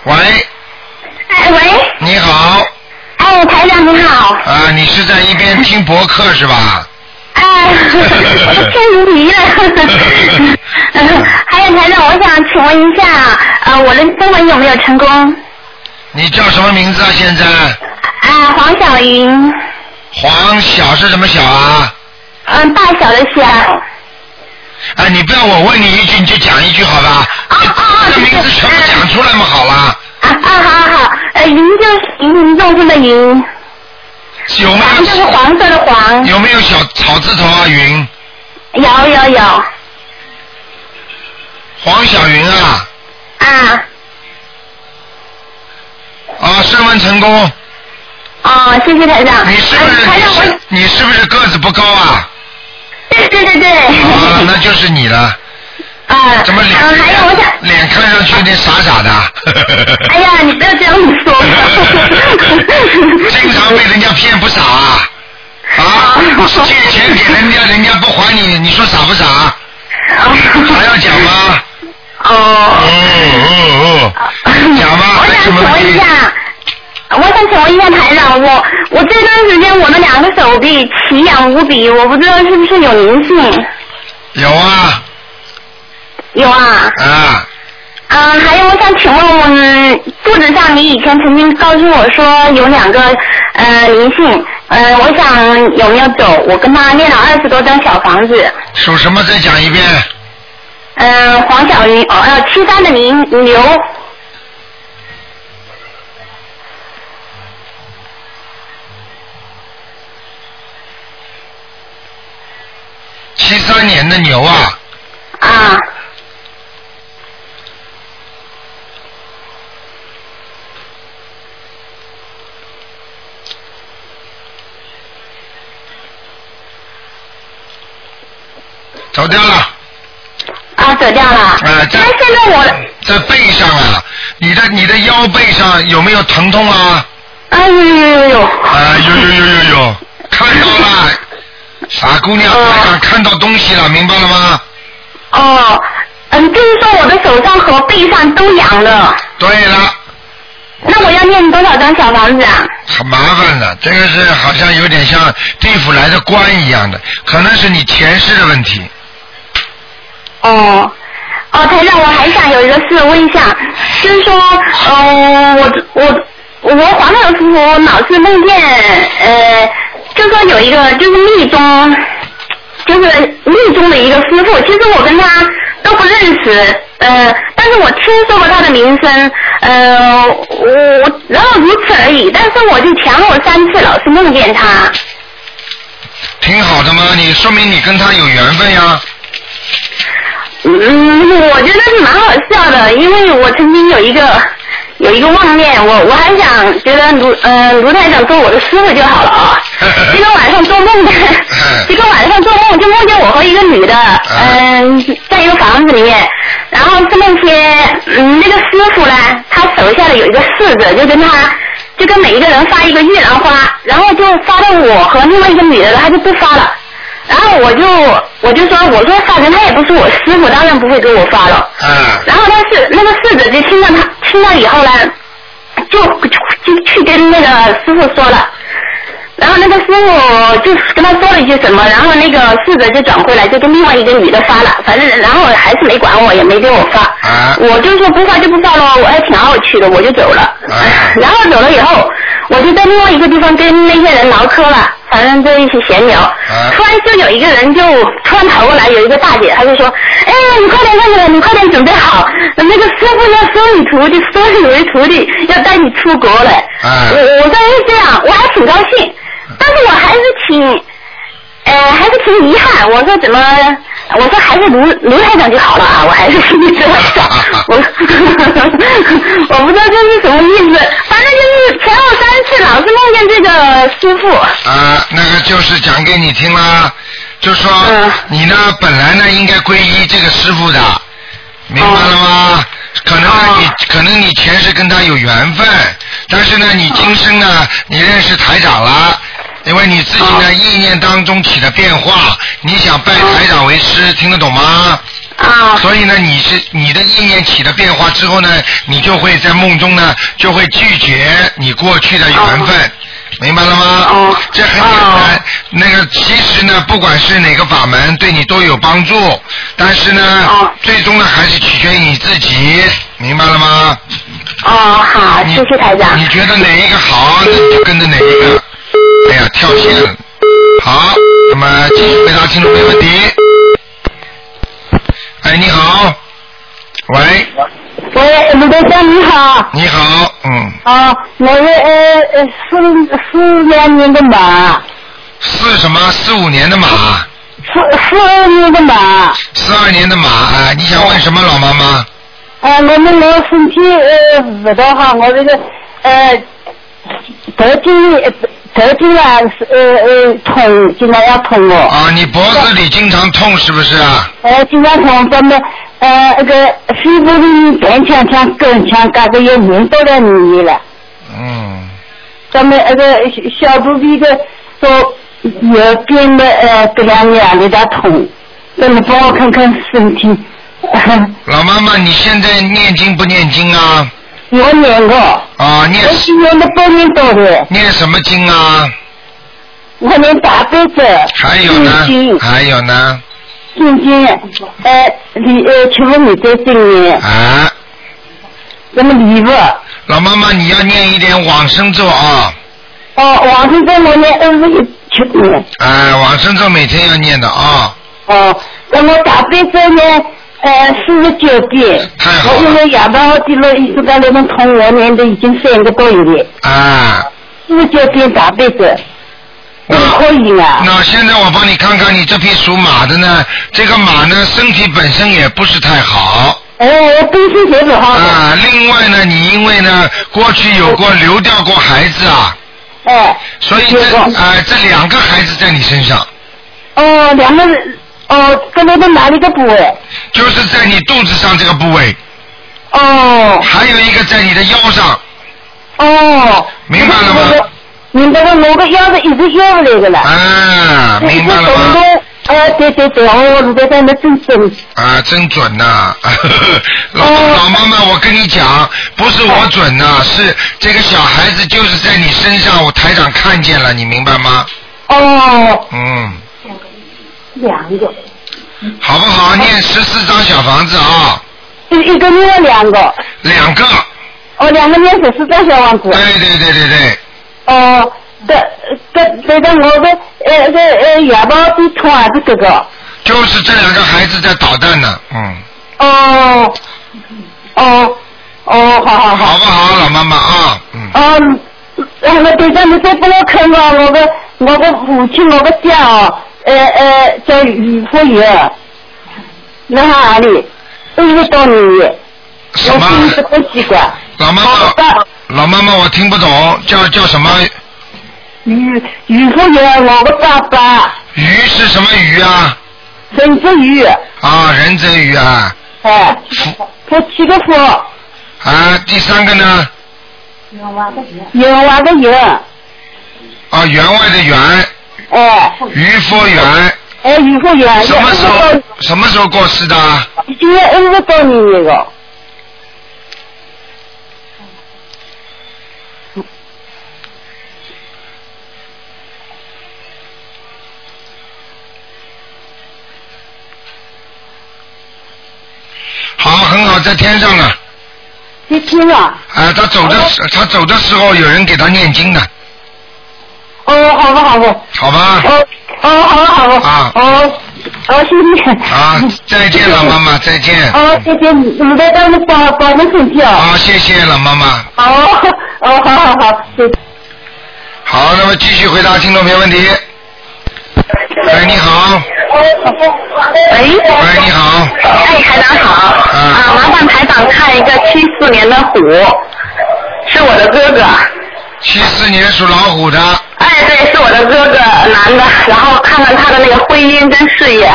喂，哎喂，你好，哎台长你好，啊，你是在一边听博客是吧？ 哎，我都骗你了。嗯还有台长，我想请问一下，呃，我的中文有没有成功？你叫什么名字啊？现在啊，黄小莹，黄小是什么小啊？嗯，大小的小。哎，你不要我问你一句你就讲一句好吧？啊啊这名字全部讲出来嘛，好了。啊啊好好，呃，莹就是莹，动听的莹，有没啊黄就是有黄色的黄，有没有小草字头啊？云，有有有，黄小云啊，啊，啊，升温成功。哦，谢谢台长。你是不是、哎台长我？你是不是个子不高啊？对对对对。啊，那就是你了。 啊，怎么脸嗯，还有我想，脸看上去有点傻傻的啊？ 哎呀，你不要这样说。 经常被人家骗不傻啊？ 啊，借钱给人家，人家不还你，你说傻不傻？啊还要讲吗？哦。哦哦哦，讲吧。我还有想什么请问问题一下，我想请问一下台长，我我这段时间我的两个手臂奇痒无比，我不知道是不是有灵性？有啊有啊，啊，嗯，还有我想请问，嗯，肚子上你以前曾经告诉我说有两个呃灵性，呃，我想有没有走？我跟他念了二十多张小房子，属什么？再讲一遍。嗯、黄小林，哦，呃，七三的林刘，七三年的牛啊，啊，走掉了。啊，走掉了。啊，在但是现在我，在背上啊，你的你的腰背上有没有疼痛啊？哎呦呦呦呦，啊，有有有有有，看到了，傻姑娘，台长看到东西了，明白了吗？哦，嗯，就是说我的手上和背上都痒了，对了，那我要念多少张小房子啊？很麻烦的，这个是好像有点像地府来的官一样的，可能是你前世的问题。哦，哦，台长，我还想有一个事问一下，就是说，呃，我我我黄头图我老是梦见，呃，就说有一个就是密宗，就是密宗的一个师傅，其实我跟他都不认识，呃，但是我听说过他的名声，呃，我我然后如此而已，但是我就前后三次老是梦见他，挺好的嘛，你说明你跟他有缘分呀。 嗯，我觉得是蛮好笑的，因为我曾经有一个有一个妄念，我我还想觉得卢呃卢台长做我的师傅就好了啊。结果晚上做梦的，哎结果晚上做梦就梦见我和一个女的，嗯、在一个房子里面，然后是梦见嗯那个师傅呢，他手下的有一个侍者，就跟他就跟每一个人发一个玉兰花，然后就发到我和另外一个女的了，他就不发了。然后我就我就说，我说反正他也不是我师傅，当然不会给我发了。嗯，然后但是那个侍者就听到他听到以后呢，就就就去跟那个师傅说了。然后那个师傅就跟他说了一些什么，然后那个侍者就转回来，就跟另外一个女的发了，反正然后还是没管我，也没给我发。啊我就说不发就不发咯，我还挺傲气的，我就走了。啊 然后走了以后，我就在另外一个地方跟那些人唠嗑了，反正就一起闲聊。啊突然就有一个人就突然跑过来，有一个大姐，她就说：“哎，你快点，快点，你快点准备好，那个师傅要收你徒弟，收你为徒弟，要带你出国了。啊我我说哎这样，我还挺高兴，但是我还是挺。呃，还是挺遗憾。我说怎么？我说还是卢卢台长就好了啊，我还是心里这么想。我我不知道这是什么意思，反正就是前后三次老是梦见这个师傅。啊，那个就是讲给你听啦，就说、嗯你呢本来呢应该皈依这个师傅的，明白了吗？可能呢你、可能你前世跟他有缘分，但是呢你今生呢、你认识台长了。因为你自己呢意念当中起了变化，你想拜台长为师，听得懂吗？啊所以呢，你是你的意念起了变化之后呢，你就会在梦中呢就会拒绝你过去的缘分，明白了吗？哦这很简单。那个其实呢，不管是哪个法门，对你都有帮助，但是呢，哦最终呢还是取决于你自己，明白了吗？哦，好，你谢谢台长。你觉得哪一个好，那你就跟着哪一个。哎呀，跳线了。好，那么继续回答听众朋友问题。哎，你好。喂，喂，卢先生你好。你好，嗯，啊，我是呃呃四四年年的马，四什么？四五年的马，四四二年的马。啊四二年的马，哎，你想问什么，老妈妈？呃，我们我身体呃不得哈，我这个呃头颈头颈啊是呃呃痛，经常要痛哦。啊，你脖子里经常痛是不是啊？呃，经常痛，咱们呃那个肺部的变强强更强，大概有年多了年了。嗯，咱们那个小肚皮的说右边的呃这两年有点痛，那你帮我看看身体。 老妈妈，你现在念经不念经啊？我念过。啊，念。我是念了半年多的。念什么经啊？我念大悲咒。还有呢心经，还有呢，心经，呃，礼呃，求你在心里，啊，那么礼物。老妈妈，你要念一点往生咒啊，哦，往生咒我念二十一七遍。哎，往生咒每天要念的啊，哦，那么大悲咒呢，呃，四十九遍。太好我因为亚当的了一直在那种痛，我念的已经三个多月了，啊，四十九遍大悲咒，那可以啊。那现在我帮你看看，你这匹属马的呢，这个马呢身体本身也不是太好。哎，我本身也不好。啊，另外呢，你因为呢过去有过流掉过孩子啊，哎。所以这啊、这两个孩子在你身上，哦，两个人，哦，跟那个哪里个哎部位？就是在你肚子上这个部位，哦。还有一个在你的腰上，哦。明白了吗？明白了，我个腰子一直下不来的了。啊，明白了吗？吗？哎，对对对，我现在在那正正。啊，真准呐、 老哦老妈妈，我跟你讲，不是我准呐、是这个小孩子就是在你身上，我台长看见了，你明白吗？哦，嗯，两个，好不好？念十四张小房子啊，一一个念了两个，两个，哦，两个念十四张小王子。对对对对对，啊哦，这这这个我的呃这呃牙包的痛还是这个？就是这两个孩子在捣蛋呢，嗯，哦，哦，哦，好好好好。不好，老妈妈啊？嗯，嗯，哎，那队长，你再帮我看看我的我的母亲我的家哦，呃呃叫于福元，啊那哪里？都是到你，什我么？心里不奇怪。老妈妈，老妈妈，我听不懂，叫叫什么于于福元，啊我的爸爸鱼是什么鱼啊？沈志宇，啊，人则鱼啊，哎，他七个福，啊，第三个呢？有娃的有，啊，员外的员，哎于佛员，哎于福元，什么时一候直到什么时候过世的啊？今年一直到你那个。好，很好，在天上呢。你听啊，啊，他走的时他走的时候有人给他念经的，哦，好不好不，好吧？哦哦，好不好不，啊哦哦，谢谢。啊，再见了，妈妈，再见。哦，谢谢你，你在咱们保保重身体啊。好，谢谢了，妈妈。哦，哦，好好好，谢谢。好，那么继续回答听众朋友问题。喂，你好，喂，喂，你好，哎，台长好，啊，麻烦台长看一个七四年的虎，是我的哥哥，七四年属老虎的，哎，对，是我的哥哥，男的，然后看看他的那个婚姻跟事业，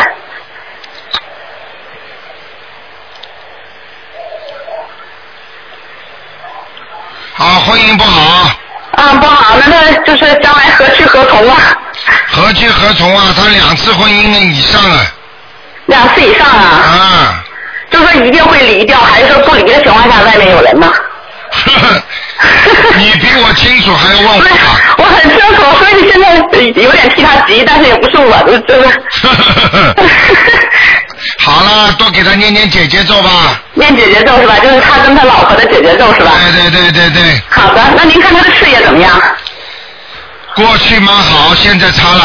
啊，婚姻不好，啊，不好，那那就是将来何去何从啊？何去何从啊？他两次婚姻的以上啊，两次以上啊，啊， 就说一定会离掉，还是说不离的情况下外面有人呢？呵呵， 你比我清楚，还要问不我是啊？， 我很清楚，所以现在有点替他急，但是也不是我的，就是。 呵呵呵呵好了，多给他念念姐姐咒吧。念姐姐咒是吧？就是他跟他老婆的姐姐咒是吧？对对对对对，好的，那您看他的事业怎么样？过去蛮好，现在差了。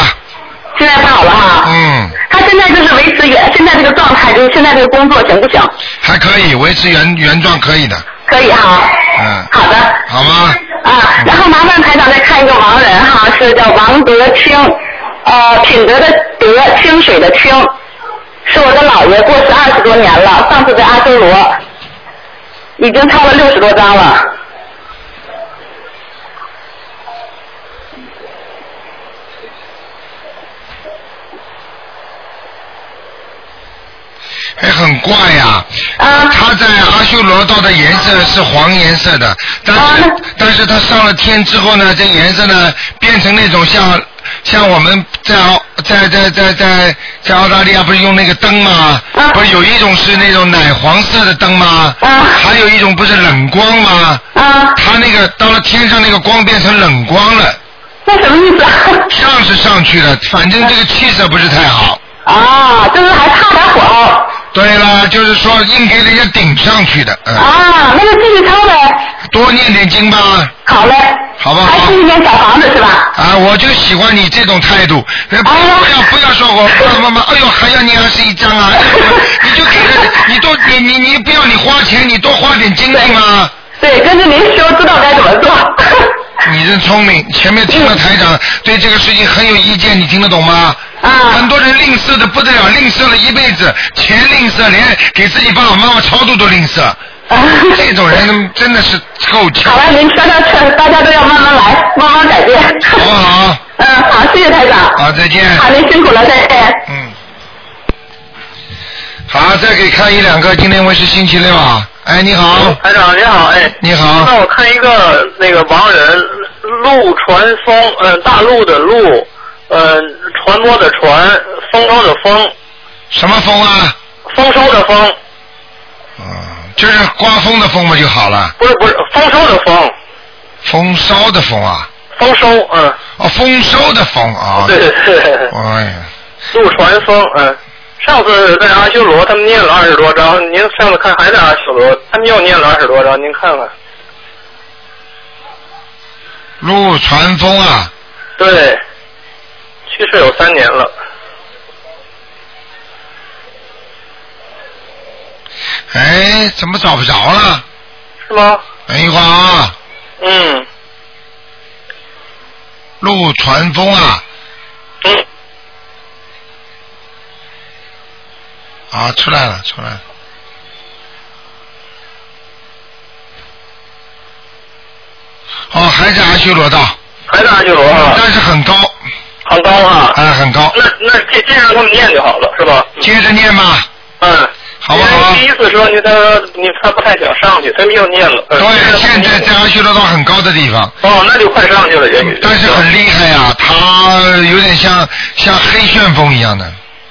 现在不好了哈。。嗯，他现在就是维持原现在这个状态，就是现在这个工作行不行？还可以，维持原原状可以的。可以哈。嗯，好的。好吗？啊，然后麻烦台长再看一个亡人哈，是叫王德清，呃，品德的德，清水的清，是我的姥爷，过世二十多年了，上次在阿修罗。已经抄了六十多张了。哎，很怪呀、他在阿修罗道的颜色是黄颜色的，但是、但是他上了天之后呢，这颜色呢变成那种像像我们在澳在在在在在澳大利亚不是用那个灯吗？不是有一种是那种奶黄色的灯吗？还有一种不是冷光吗？啊他那个到了天上那个光变成冷光了。那什么意思？啊上是上去了，反正这个气色不是太好。 啊，就是还差点火。对了，就是说硬给人家顶上去的。嗯、啊，那就继续抄呗。多念点经吧。好嘞。好不好？还是一间小房子是吧？啊，我就喜欢你这种态度，呃不要哎不要不要说我爸爸妈妈，哎呦还要念二十一章啊，哎呦你就给人，你多你你你不要你花钱，你多花点精力嘛。对，跟着您说知道该怎么做。 你真聪明，前面听了台长对这个事情很有意见，你听得懂吗？啊。很多人吝啬的不得了，吝啬了一辈子，钱吝啬，连给自己爸爸妈妈超度都吝啬。 这种人真的是够呛。好了，您说到这，大家都要慢慢来，慢慢改变。好不好？嗯，好，谢谢台长。好，再见。好，您辛苦了，再见。嗯好，再给看一两个，今天因为是星期六啊。哎，你好，台长您好，哎，你好那我看一个那个盲人陆传风，呃，大陆的陆，呃，传播的传，丰收的丰。什么风啊？嗯丰收的丰，就是刮风的风嘛就好了。不是不是，丰收的丰，风骚的风啊。丰收，嗯。哦，丰收的风啊。对对对，哎呀，陆传风，嗯。上次在阿修罗，他们念了二十多章。您上次看还在阿修罗，他们又念了二十多章。您看看，陆传风啊，对，去世有三年了。哎，怎么找不着了？是吗？等一会儿啊，嗯，陆传风啊。嗯。啊，出来了，出来了。哦，还在阿修罗道，还在阿修罗啊，但是很高，很高啊。啊，很高。那那接接着让他们念就好了，是吧？接着念吧。嗯。好不好？第一次说你他你他不太想上去，他们又念了。嗯对，现在在阿修罗道很高的地方，哦，那就快上去了，也许。但是很厉害呀、他有点像像黑旋风一样的。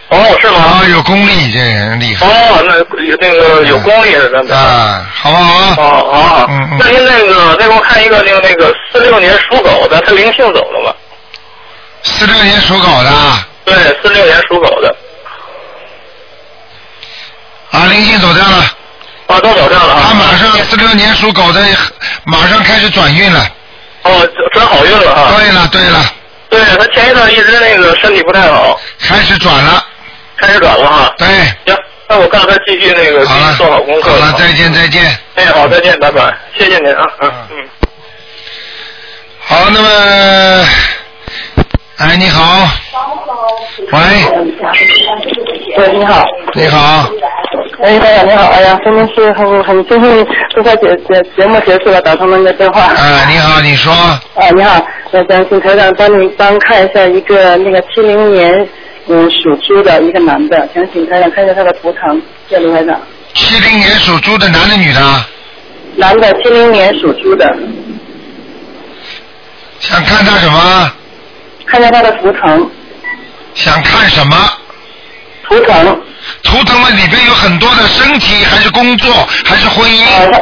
哦，是吗？啊，有功力，这人厉害。哦，那有那个有功力的那的。啊，嗯好不好？哦，好好。那您那个再给我看一个那个那个四六年属狗的，他灵性走了吗？四六年属狗的啊，对，四六年属狗的，啊，灵性走掉了。啊，都走掉了。他马上四六年属狗的，马上开始转运了。哦，转好运了啊。对了，对了，对他前一段一直那个身体不太好，开始转了。开始转了哈。对。行，那我告诉他继续那个继续做好功课。好了，再见，再见。哎，好，再见，拜拜，谢谢您啊，嗯嗯。好，那么，哎，你好，喂，喂，你好。你好，哎，大家你好，哎呀，真的是很很幸运，都快节节节目结束了，打通了你的电话。啊，你好，你说，啊，你好，那咱请台长帮你帮看一下一个那个七零年嗯属猪的一个男的，想请台长看一下他的图腾，谢谢卢台长。七零年属猪的男的女的，男的，七零年属猪的，想看他什么？看一下他的图腾，想看什么？图腾。图腾嘛，里边有很多的身体，还是工作，还是婚姻。呃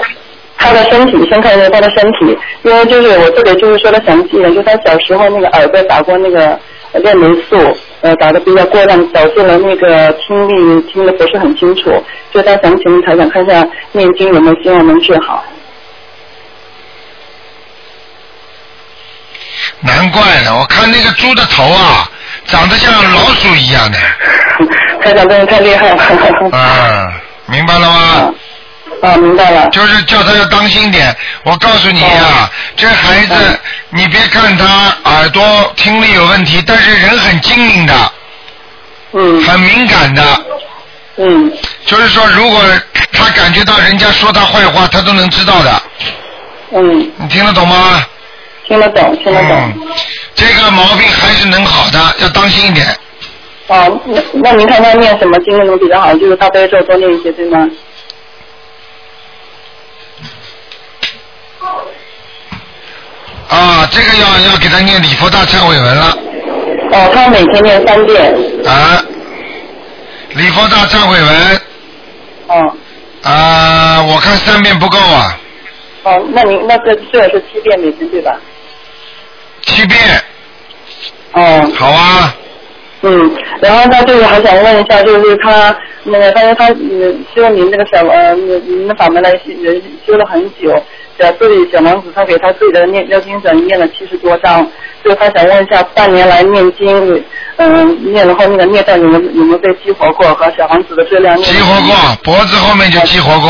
他的身体，先看一下他的身体，因为就是我这里就是说的详细一点，就他小时候那个耳朵打过那个呃链霉素，呃打的比较过量，导致了那个听力听得不是很清楚，就他想请台长看一下念经有没有希望能治好。 难怪了，我看那个猪的头啊，长得像老鼠一样的。台长真的太厉害了。啊，明白了吗？ 啊，明白了。就是叫他要当心点。我告诉你啊，这孩子，你别看他耳朵听力有问题，但是人很精明的，嗯，很敏感的，嗯，就是说，如果他感觉到人家说他坏话，他都能知道的。嗯。你听得懂吗？听得懂，听得懂。嗯这个毛病还是能好的，要当心一点。哦，那那您看他念什么经文比较好？就是大悲咒多念一些，对吗？啊，这个要要给他念礼佛大忏悔文了。哦，他每天念三遍。啊，礼佛大忏悔文。哦。啊，我看三遍不够啊，哦，那您那这这是七遍每天对吧？七遍。哦。好啊。嗯，然后他就是还想问一下，就是他那个，但是他嗯修您这个小呃您的法门来修人修了很久，在自己小王子他给他自己的念要经者念了七十多章，就是他想问一下，半年来念经，嗯、念了后那个孽障有没有有没有被激活过和小王子的质量念？激活过。脖子后面就激活过，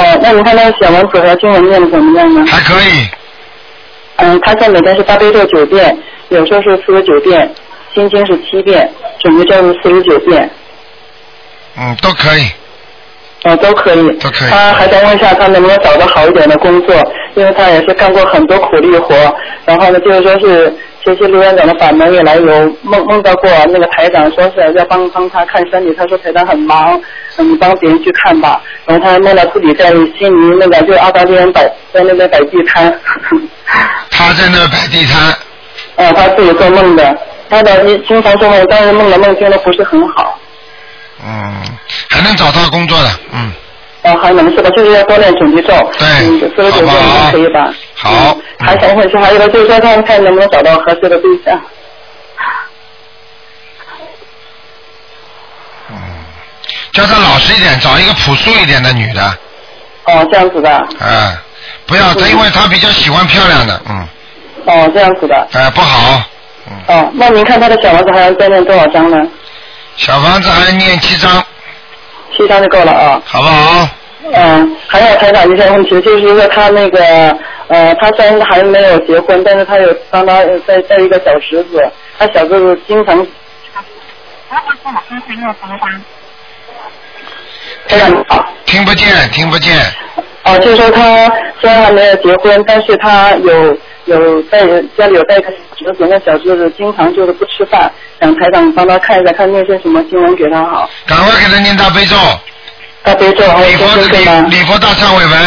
哦，那你看那个小王子和经文念的怎么样呢？还可以。嗯，他现在每天是大悲咒九遍，有时候是四十九遍，心经是七遍，准备咒是四十九遍。嗯，都可以。哦，都可以。都可以他还想问一下，他能不能找到好一点的工作？因为他也是干过很多苦力活，然后呢，就是说是学习刘院长的法门以来有梦梦到过那个台长，说是要帮帮他看身体，他说台长很忙，嗯，帮别人去看吧。然后他还梦到自己在悉尼那个就澳大利亚摆在那边摆地摊。 他在那摆地摊。哦，他自己做梦的，他的经常做梦，但是梦的梦境都不是很好。嗯，还能找到工作的，嗯，哦，还能是吧？就是要多练准提咒，嗯，四十九遍可以吧？嗯好，嗯还想问一下，还有一个就是说看看能不能找到合适的对象。叫他老实一点，找一个朴素一点的女的，哦，这样子的，啊，不要他，因为他比较喜欢漂亮的，嗯，哦，这样子的，哎、不好，嗯哦，那您看他的小王子还要再念多少章呢？小房子还念七张，七章就够了啊。好不好？嗯，还有台长一些问题，就是说他那个呃，他虽然还没有结婚，但是他有帮他呃带带一个小侄子，他小侄子经常台长你好。听不见，听不见，哦，就是说他虽然还没有结婚，但是他有有在家里有带一个侄子，那小侄子经常就是不吃饭，想台长帮他看一下，看念些什么经文给他好。赶快给他念大悲咒。大悲咒还有礼佛心经对吗礼礼佛大忏悔文。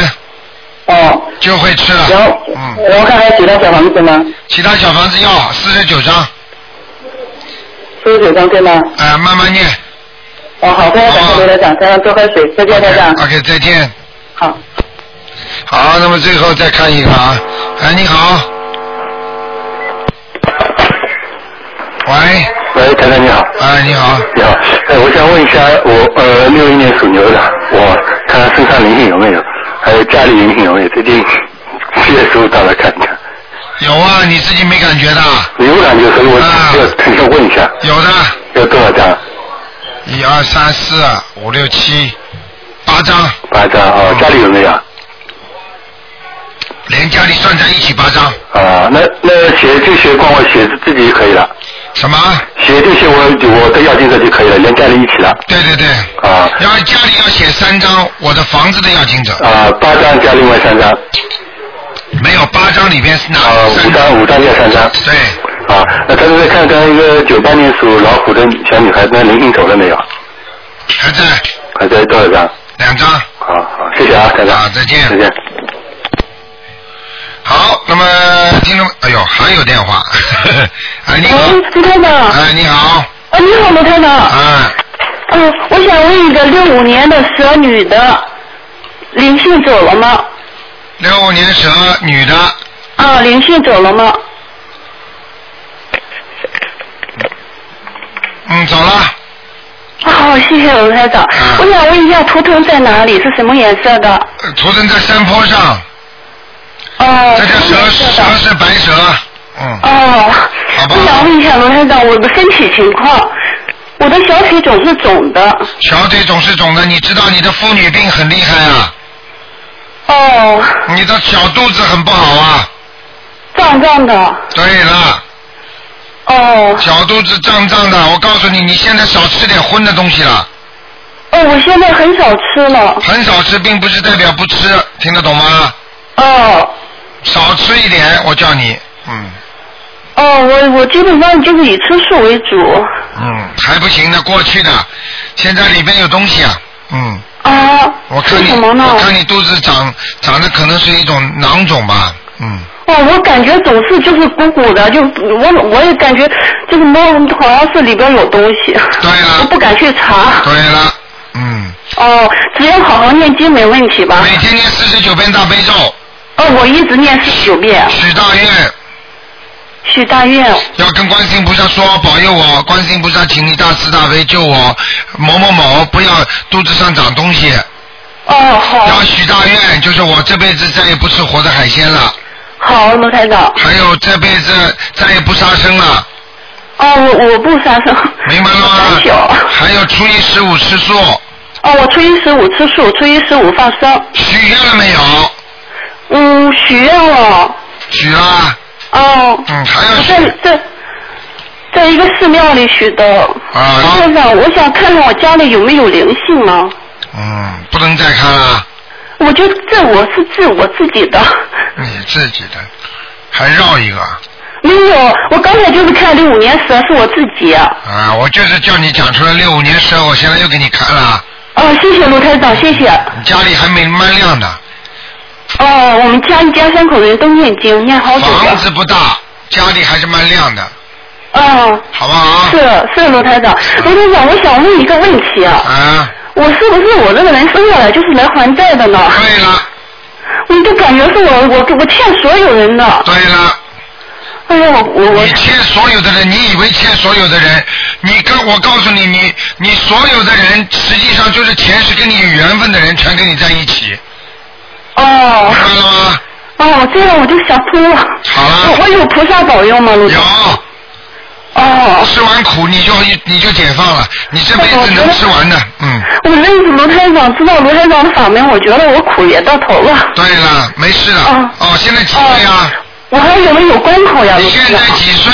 哦。就会吃了。然后，嗯然后看还有几张小房子呢？其他小房子要四十九张，四十九张对吗？哎、慢慢念。哦，好，非常感谢刘台长，台长多喝水，再见，台长。 OK，再见。好。好，那么最后再看一个啊，哎，你好。喂，喂，台长你好。哎，你好。你好，哎，我想问一下，我呃六一年属牛的，我看看身上灵性有没有，还有家里灵性有没有？最近七月十五到了，看一看。有啊，你自己没感觉的？有感觉，所以我啊要特要问一下。有的。要多少张？一二三四五六七八张，八张啊、哦，家里有没有？连家里算在一起八张。啊，那那写这些光我写自己就可以了。什么？写这些我我的要经者就可以了，连家里一起了。对对对。啊。然后家里要写三张我的房子的要经者。啊，八张加另外三张。没有八张里边哪啊，五张五张加三张。对。啊，那咱们再看看一个九八年属老虎的小女孩，那灵性走了没有？还在。还在多少张？两张？好好，谢谢啊，台长。啊，再见。再见。好，那么听众，哎呦，还有电话， 哎，你好，卢台长。哎，你好，啊，你好，卢台长。啊。嗯，我想问一个六五年的蛇女的灵性走了吗？六五年蛇女的，啊，灵性走了吗？嗯，走了，啊好，谢谢卢台长。我想问一下图腾在哪里？是什么颜色的？呃图腾在山坡上，哦，这条蛇蛇是白蛇，嗯，哦，我想问一下卢台长，我的身体情况，我的小腿总是肿的。小腿总是肿的，你知道你的妇女病很厉害啊，哦，你的小肚子很不好啊，胀胀的。对了，哦，小肚子胀胀的，我告诉你，你现在少吃点荤的东西了，哦，我现在很少吃了。很少吃并不是代表不吃，听得懂吗？哦。少吃一点，我叫你，嗯哦，我我基本上就是以吃素为主。嗯，还不行的，过去的，现在里边有东西啊，嗯，啊，我看是你，什么呢我看你肚子长长的可能是一种囊肿吧，嗯，哦，我感觉总是就是鼓鼓的，就我我也感觉就是摸，好像是里边有东西。 对了。我不敢去查。对了，嗯哦，只要好好念经没问题吧？每天念四十九遍大悲咒。哦，我一直念四十九遍。许大愿。许大愿。要跟观世音菩萨说，保佑我，观世音菩萨，请你大慈大悲救我某某某，不要肚子上长东西。哦，好。要许大愿，就是我这辈子再也不吃活的海鲜了。好，罗台长。还有这辈子再也不杀生了。哦，我我不杀生。明白了吗？还有初一十五吃素。哦，我初一十五吃素，初一十五放生。许愿了没有？嗯，许愿了。许了。哦。嗯，还要在在在一个寺庙里许的。啊。先生，我想看看我家里有没有灵性呢？嗯，不能再看了，我就这我是治我自己的，你哎自己的，还绕一个没有，我刚才就是看六五年蛇是我自己。啊！我就是叫你讲出来六五年蛇，我现在又给你看了，哦，谢谢卢台长，谢谢。你家里还没蛮亮的，哦，我们家一家三口人都念经，念好久房了。子不大，家里还是蛮亮的，哦，好不好？是是卢台长，卢台长，我想问一个问题啊。啊。我是不是我这个人生下来就是来还债的呢？对了。我就感觉是我我我欠所有人的。对了。哎呀，我我我你欠所有的人，你以为欠所有的人，你跟我告诉你，你你所有的人，实际上就是前世跟你有缘分的人，全跟你在一起。哦。明白了吗？哦，这样我就想通了。好我我有菩萨保佑吗？卢台长有。哦。吃完苦你就你就解放了，你这辈子能吃完的，嗯。我认识卢台长，知道卢台长的法门，我觉得我苦也到头了。对了，没事的。哦，现在几岁呀？我还以为有关口呀，你现在几岁？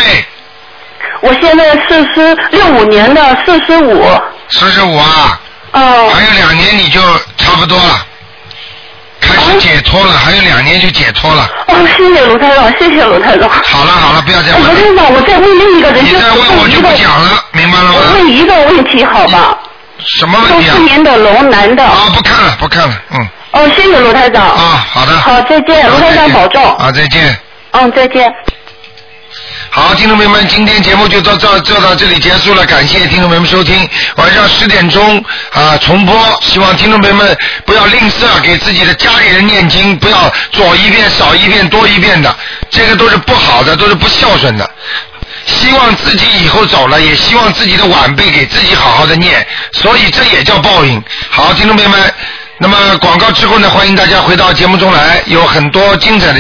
我现在四十六五年的四十五。四十五啊。哦。还有两年你就差不多了，开始解脱了，还有两年就解脱了。哦，谢谢卢台长，谢谢卢台长。哎好了好了，不要再卢问了。台长，我再问另一个人，你就是再问我就不讲了，明白了我吗？问一个问题，好吧？什么问题啊都？是您的龙男的。啊，不看了不看了，嗯，哦，谢谢卢台长。啊，好的。好，再见，卢台长保重。啊，再见。嗯，再见。好，听众朋友们，今天节目就到到就到这里结束了，感谢听众朋友们收听，晚上十点钟啊、重播，希望听众朋友们不要吝啬给自己的家里人念经，不要左一遍少一遍多一遍的，这个都是不好的，都是不孝顺的。希望自己以后走了，也希望自己的晚辈给自己好好的念，所以这也叫报应。好，听众朋友们，那么广告之后呢，欢迎大家回到节目中来，有很多精彩的。